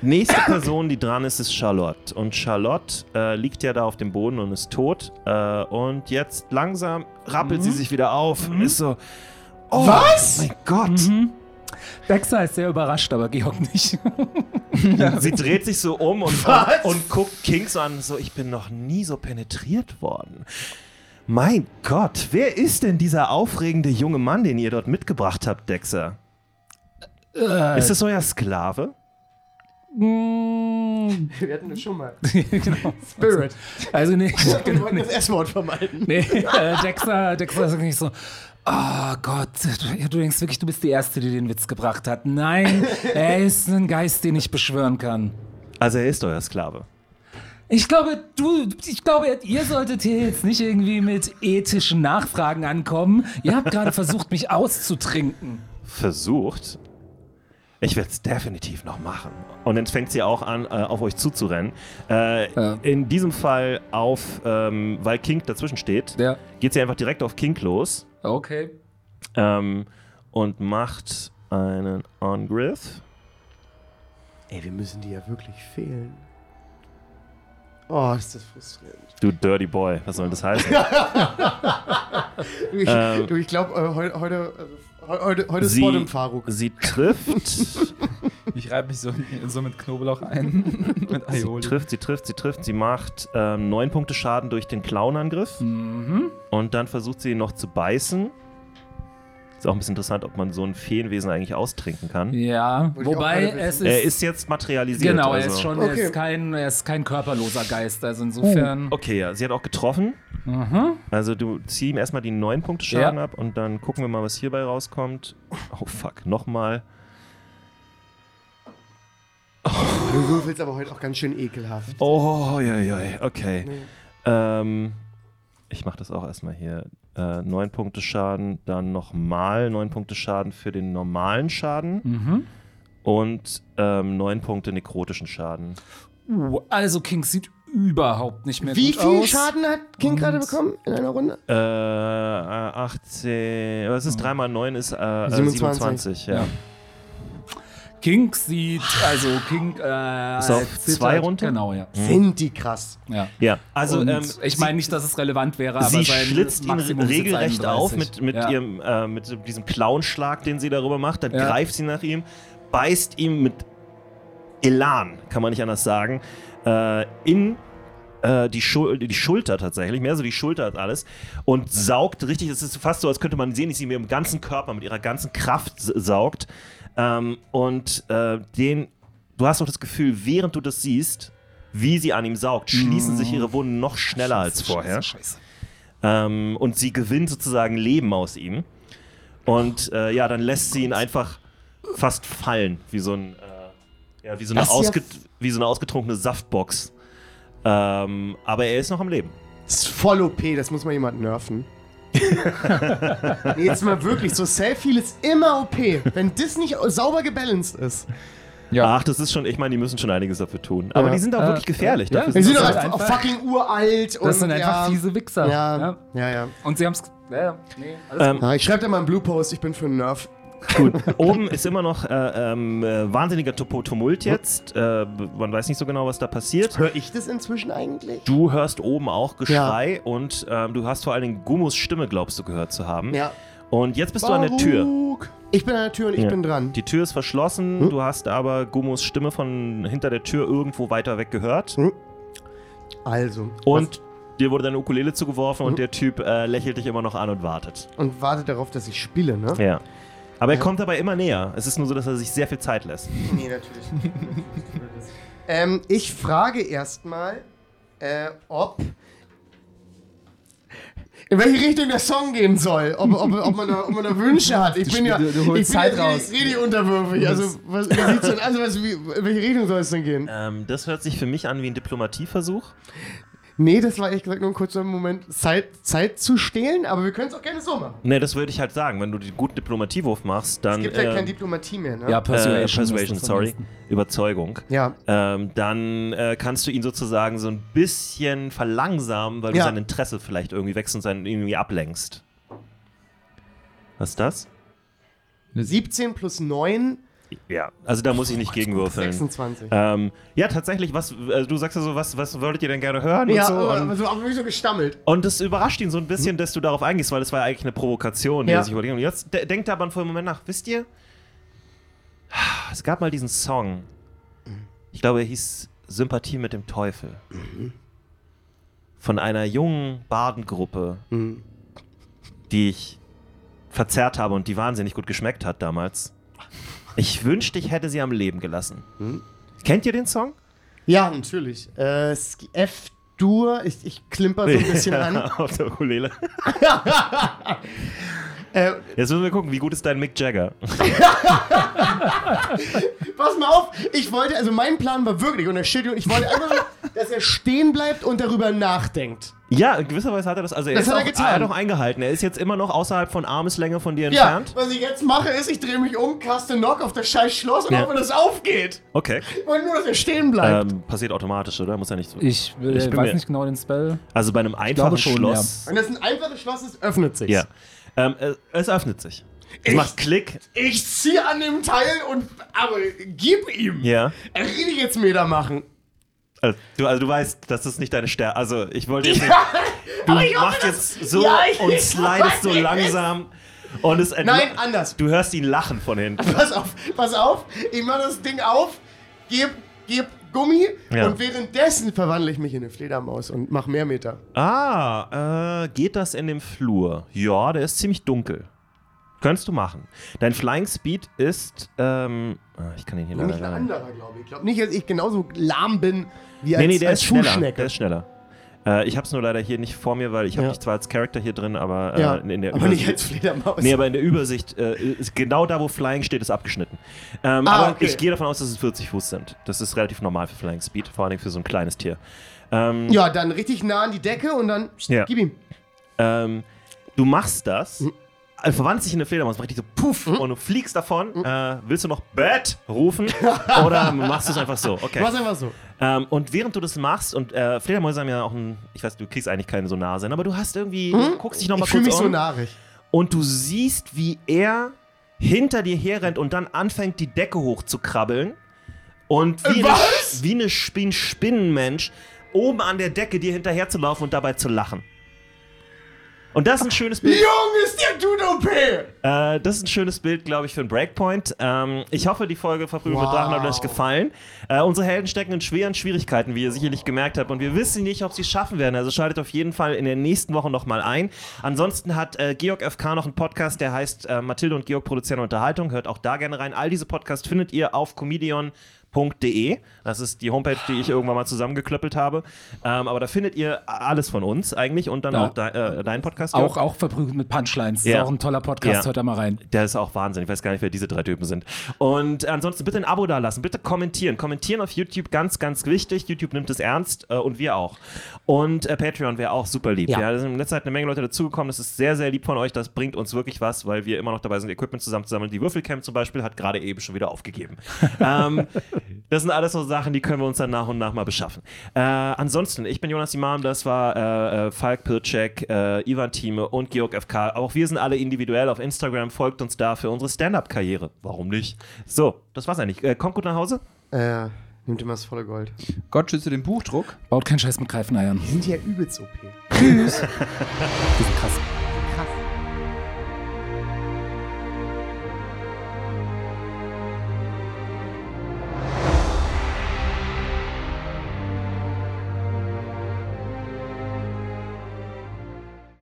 nächste Person, die dran ist, ist Charlotte. Und Charlotte äh, liegt ja da auf dem Boden und ist tot. Äh, und jetzt langsam rappelt sie sich wieder auf und ist so. Oh, Was? Mein Gott. Baxter ist sehr überrascht, aber Georg nicht. Sie dreht sich so um und, Was? und, und guckt Kings an, so, ich bin noch nie so penetriert worden. Mein Gott, wer ist denn dieser aufregende junge Mann, den ihr dort mitgebracht habt, Dexter? Äh, Ist das euer Sklave? Mm, Wir hatten das schon mal. genau. Spirit. Also nee, Wir genau, wollten nee. das S-Wort vermeiden. nee äh, Dexter, Dexter ist nicht so. Oh Gott, du, du denkst wirklich, du bist die Erste, die den Witz gebracht hat. Nein, er ist ein Geist, den ich beschwören kann. Also er ist euer Sklave. Ich glaube, du, ich glaube, ihr solltet hier jetzt nicht irgendwie mit ethischen Nachfragen ankommen. Ihr habt gerade versucht, mich auszutrinken. Versucht. Ich werde es definitiv noch machen. Und dann fängt sie auch an, äh, auf euch zuzurennen. Äh, Ja. In diesem Fall auf, ähm, weil King dazwischen steht, Ja. geht sie einfach direkt auf King los Okay. ähm, und macht einen Angriff. Ey, wir müssen die ja wirklich fehlen. Oh, ist das frustrierend. Du Dirty Boy, was soll denn das heißen? Ich, Ähm. du, ich glaube, äh, heu, heute, also, heu- heute, heute ist Sie- vor dem Faruk. Sie trifft, Ich reibe mich so, so mit Knoblauch ein. mit sie Aioli. trifft, sie trifft, sie trifft, sie macht ähm, neun Punkte Schaden durch den Clownangriff Mhm. und dann versucht sie ihn noch zu beißen. Ist auch ein bisschen interessant, ob man so ein Feenwesen eigentlich austrinken kann. Ja. ich auch Wobei gerade wissen. es ist. Er ist jetzt materialisiert. genau, also. er ist schon, er, Okay. ist kein, er ist kein körperloser Geist. Also insofern. Okay, ja, sie hat auch getroffen. Mhm. Also du zieh ihm erstmal die 9 Punkte Schaden Ja. ab und dann gucken wir mal, was hierbei rauskommt. Oh fuck, nochmal. Du würfelst aber heute auch ganz schön ekelhaft. Oh, ja, ja, okay. Ähm, ich mach das auch erstmal hier. Äh, 9 Punkte Schaden, dann nochmal 9 Punkte Schaden für den normalen Schaden Mhm. und ähm, 9 Punkte nekrotischen Schaden. Uh, also Kings sieht überhaupt nicht mehr Wie gut viel aus. Schaden hat King Und- gerade bekommen in einer Runde? Äh, 18, was ist 3 mal 9 ist äh, äh, 27. 27, ja. Mhm. Ja. King sieht, also King äh, Ist auf zittert. zwei runter? Genau, ja. Sind die krass. ja. Ja, also Und ähm, ich sie- meine nicht, dass es relevant wäre, aber sie sein schlitzt ihn Maximum ist jetzt regelrecht 31. auf mit, mit, ja. ihrem, äh, mit diesem Clownschlag, den sie darüber macht. Dann Ja. greift sie nach ihm, beißt ihm mit Elan, kann man nicht anders sagen, äh, in äh, die, Schul die Schulter tatsächlich, mehr so die Schulter als alles, und saugt richtig. Es ist fast so, als könnte man sehen, dass sie mit ihrem ganzen Körper, mit ihrer ganzen Kraft s- saugt. Ähm, und äh, den, du hast auch das Gefühl, während du das siehst, wie sie an ihm saugt, schließen sich ihre Wunden noch schneller als vorher. Scheiße. Ähm, und sie gewinnt sozusagen Leben aus ihm. Und äh, ja, dann lässt sie ihn einfach fast fallen, wie so, ein, äh, ja, wie so, eine, Das ist ja- ausge wie so eine ausgetrunkene Saftbox. Ähm, aber er ist noch am Leben. Das ist voll OP, das muss mal jemand nerven. Nee, Jetzt mal wirklich, so Selfie ist immer OP, wenn das nicht sauber gebalanced ist. Ach, das ist schon, ich meine, die müssen schon einiges dafür tun. Aber Ja. die sind auch Äh, wirklich gefährlich. ja. Dafür Wir sind sind Das doch sie- sind einfach halt einfach- fucking uralt und Das sind einfach ja, fiese Wichser. Ja, Ja. ja, ja. Und sie haben es. Ja, ja. nee, alles Ähm, Ah, ich schreibe da mal einen Blue Post, ich bin für einen Nerf. Gut, oben ist immer noch äh, ähm, äh, wahnsinniger Tupo- Tumult jetzt. Äh, man weiß nicht so genau, was da passiert. Hör ich das inzwischen eigentlich? Du hörst oben auch Geschrei und ähm, du hast vor allen Dingen Gumus Stimme, glaubst du, gehört zu haben. Ja. Und jetzt bist du an der Tür. Baruch. Ich bin an der Tür und ich Ja. bin dran. Die Tür ist verschlossen, Hm? du hast aber Gumos Stimme von hinter der Tür irgendwo weiter weg gehört. Hm? Also. Und dir wurde deine Ukulele zugeworfen Hm? und der Typ äh, lächelt dich immer noch an und wartet. was- Und warte darauf, dass ich spiele, ne? Ja. Aber er Ja. kommt dabei immer näher. Es ist nur so, dass er sich sehr viel Zeit lässt. Nee, natürlich. ähm, ich frage erstmal, äh, ob. In welche Richtung der Song gehen soll, ob, ob, ob, man, da, ob man da Wünsche hat. Ich bin ja. Du- du holst ich bin ja Zeit redi- raus. redi unterwürfig. Also, was, wie sieht's denn, also was, wie, in welche Richtung soll es denn gehen? Ähm, das hört sich für mich an wie ein Diplomatieversuch. Nee, das war ehrlich gesagt nur ein kurzer Moment, Zeit, Zeit zu stehlen, aber wir können es auch gerne so machen. Ne, das würde ich halt sagen. Wenn du den guten Diplomatiewurf machst, dann. Es gibt ja ähm, keine Diplomatie mehr, ne? Ja, äh, Persuasion. ist Persuasion das sorry. am Überzeugung. Ja. Ähm, dann äh, kannst du ihn sozusagen so ein bisschen verlangsamen, weil Ja. du sein Interesse vielleicht irgendwie wächst und sein irgendwie ablenkst. Was ist das? 17 plus 9, Ja. Also da muss ich nicht gegenwürfeln. 26. Ähm, ja, tatsächlich, was, äh, du sagst ja so, was, was würdet ihr denn gerne hören ja, äh, und so. aber Und, so, aber wirklich so gestammelt. und das überrascht ihn so ein bisschen, dass du darauf eingehst, weil das war ja eigentlich eine Provokation, die Ja. er sich überlegt hat. Und jetzt de denkt er aber vor einem Moment nach, wisst ihr, es gab mal diesen Song, ich glaube, er hieß Sympathie mit dem Teufel, von einer jungen Badengruppe, die ich verzerrt habe und die wahnsinnig gut geschmeckt hat damals. Ich wünschte, ich hätte sie am Leben gelassen. Kennt ihr den Song? Ja, natürlich. Äh, Sk- F-Dur, ich, ich klimper so ein bisschen an. Auf der Ukulele. Äh, Jetzt müssen wir gucken, wie gut ist dein Mick Jagger? pass mal auf, ich wollte, also mein Plan war wirklich, und der Studio, ich wollte einfach, nur, dass er stehen bleibt und darüber nachdenkt. Ja, in gewisser Weise hat er das. Also er, Das ist hat er auch, getan. er hat auch eingehalten. Er ist jetzt immer noch außerhalb von Armeslänge von dir Ja, entfernt. was ich jetzt mache, ist, ich drehe mich um, caste Knock auf das scheiß Schloss und Ja. hoffe, dass es aufgeht. Okay. Ich wollte nur, dass er stehen bleibt. Ähm, passiert automatisch, oder? Muss ja nicht so. Ich, äh, Ich bin weiß mir- nicht genau den Spell. also bei einem einfachen glaube schon, Schloss. Wenn das ein einfaches Schloss ist, öffnet sich. Ähm. Ja. Ähm, äh, es öffnet sich. Es Echt? macht Klick. Ich ziehe an dem Teil und aber gib ihm. Ja. Er will jetzt mir da machen. Also du, also du weißt, dass das nicht deine Stärke. Also ich wollte jetzt Du nicht, machst jetzt so Ja, ich- und slidest so langsam und es entla- Nein, anders. Du hörst ihn lachen von hinten. Pass auf, pass auf. Ich mache das Ding auf, geb, geb Gummi Ja. und währenddessen verwandle ich mich in eine Fledermaus und mach mehr Meter. Ah, äh, geht das in dem Flur? Ja, der ist ziemlich dunkel. Könntest du machen. Dein Flying Speed ist. Ähm, ah, ich kann ihn hier Nur nicht leider ein rein. anderer, glaube ich. Ich glaube nicht, dass ich genauso lahm bin wie als, Nee, nee, der als ist schneller. Schuhschnecke. Der ist schneller. Äh, ich hab's nur leider hier nicht vor mir, weil ich habe Ja. dich zwar als Charakter hier drin, aber äh, ja, in, in der aber nicht Übersicht- als Fledermaus. Nee, aber in der Übersicht, äh, ist genau da, wo Flying steht, ist abgeschnitten. Ähm, Ah, aber okay. ich gehe davon aus, dass es 40 Fuß sind. Das ist relativ normal für Flying Speed, vor allen Dingen für so ein kleines Tier. Ähm, ja, dann richtig nah an die Decke und dann pst, Ja. gib ihm. ähm, du machst das, Hm. äh, verwandt sich in eine Fledermaus, macht richtig so puff und du fliegst davon. Hm. Äh, willst du noch Bett rufen oder machst du es einfach so? Okay. Mach's einfach so. Ähm, und während du das machst, und äh, Fledermäuse haben ja auch ein, ich weiß, du kriegst eigentlich keine so nah sein, aber du hast irgendwie, du guckst dich nochmal Hm? ich fühle kurz mich um so narig. und du siehst, wie er hinter dir herrennt und dann anfängt, die Decke hochzukrabbeln und wie, Eine, was? wie, eine, Sp- wie ein Spinnenmensch oben an der Decke dir hinterherzulaufen und dabei zu lachen. Und das ist ein schönes Bild. Jung ist der Dude OP! Äh, das ist ein schönes Bild, glaube ich, für einen Breakpoint. Ähm, ich hoffe, die Folge Verprügelt mit Wow. Drachen hat euch gefallen. Äh, unsere Helden stecken in schweren Schwierigkeiten, wie ihr sicherlich gemerkt habt. Und wir wissen nicht, ob sie es schaffen werden. Also schaltet auf jeden Fall in der nächsten Woche nochmal ein. Ansonsten hat äh, Georg FK noch einen Podcast, der heißt äh, Mathilde und Georg produzieren Unterhaltung. Hört auch da gerne rein. All diese Podcasts findet ihr auf Comedian. .de. Das ist die Homepage, die ich irgendwann mal zusammengeklöppelt habe. Ähm, aber da findet ihr alles von uns eigentlich und dann Ja. auch de äh, deinen Podcast. Georg. Auch, auch verprügelt mit Punchlines. Ja. Ist auch ein toller Podcast. Ja. Hört da mal rein. Der ist auch Wahnsinn. Ich weiß gar nicht, wer diese drei Typen sind. Und ansonsten bitte ein Abo da lassen. Bitte kommentieren. Kommentieren auf YouTube, ganz, ganz wichtig. YouTube nimmt es ernst äh, und wir auch. Und äh, Patreon wäre auch super lieb. Ja. Ja. da sind in letzter Zeit eine Menge Leute dazugekommen. Das ist sehr, sehr lieb von euch. Das bringt uns wirklich was, weil wir immer noch dabei sind, Equipment zusammenzusammeln. Die Würfelcamp zum Beispiel hat gerade eben schon wieder aufgegeben. ähm, das sind alles so Sachen, die können wir uns dann nach und nach mal beschaffen. Äh, ansonsten, ich bin Jonas Imam, das war äh, äh, Falk Pircek, äh, Ivan Thieme und Georg FK. Auch wir sind alle individuell auf Instagram. Folgt uns da für unsere Stand-Up-Karriere. Warum nicht? So, das war's eigentlich. Äh, kommt gut nach Hause. Äh, nimmt immer das volle Gold. Gott schütze den Buchdruck. Baut keinen Scheiß mit Greifeneiern. Die sind ja übelst OP. Die sind krass.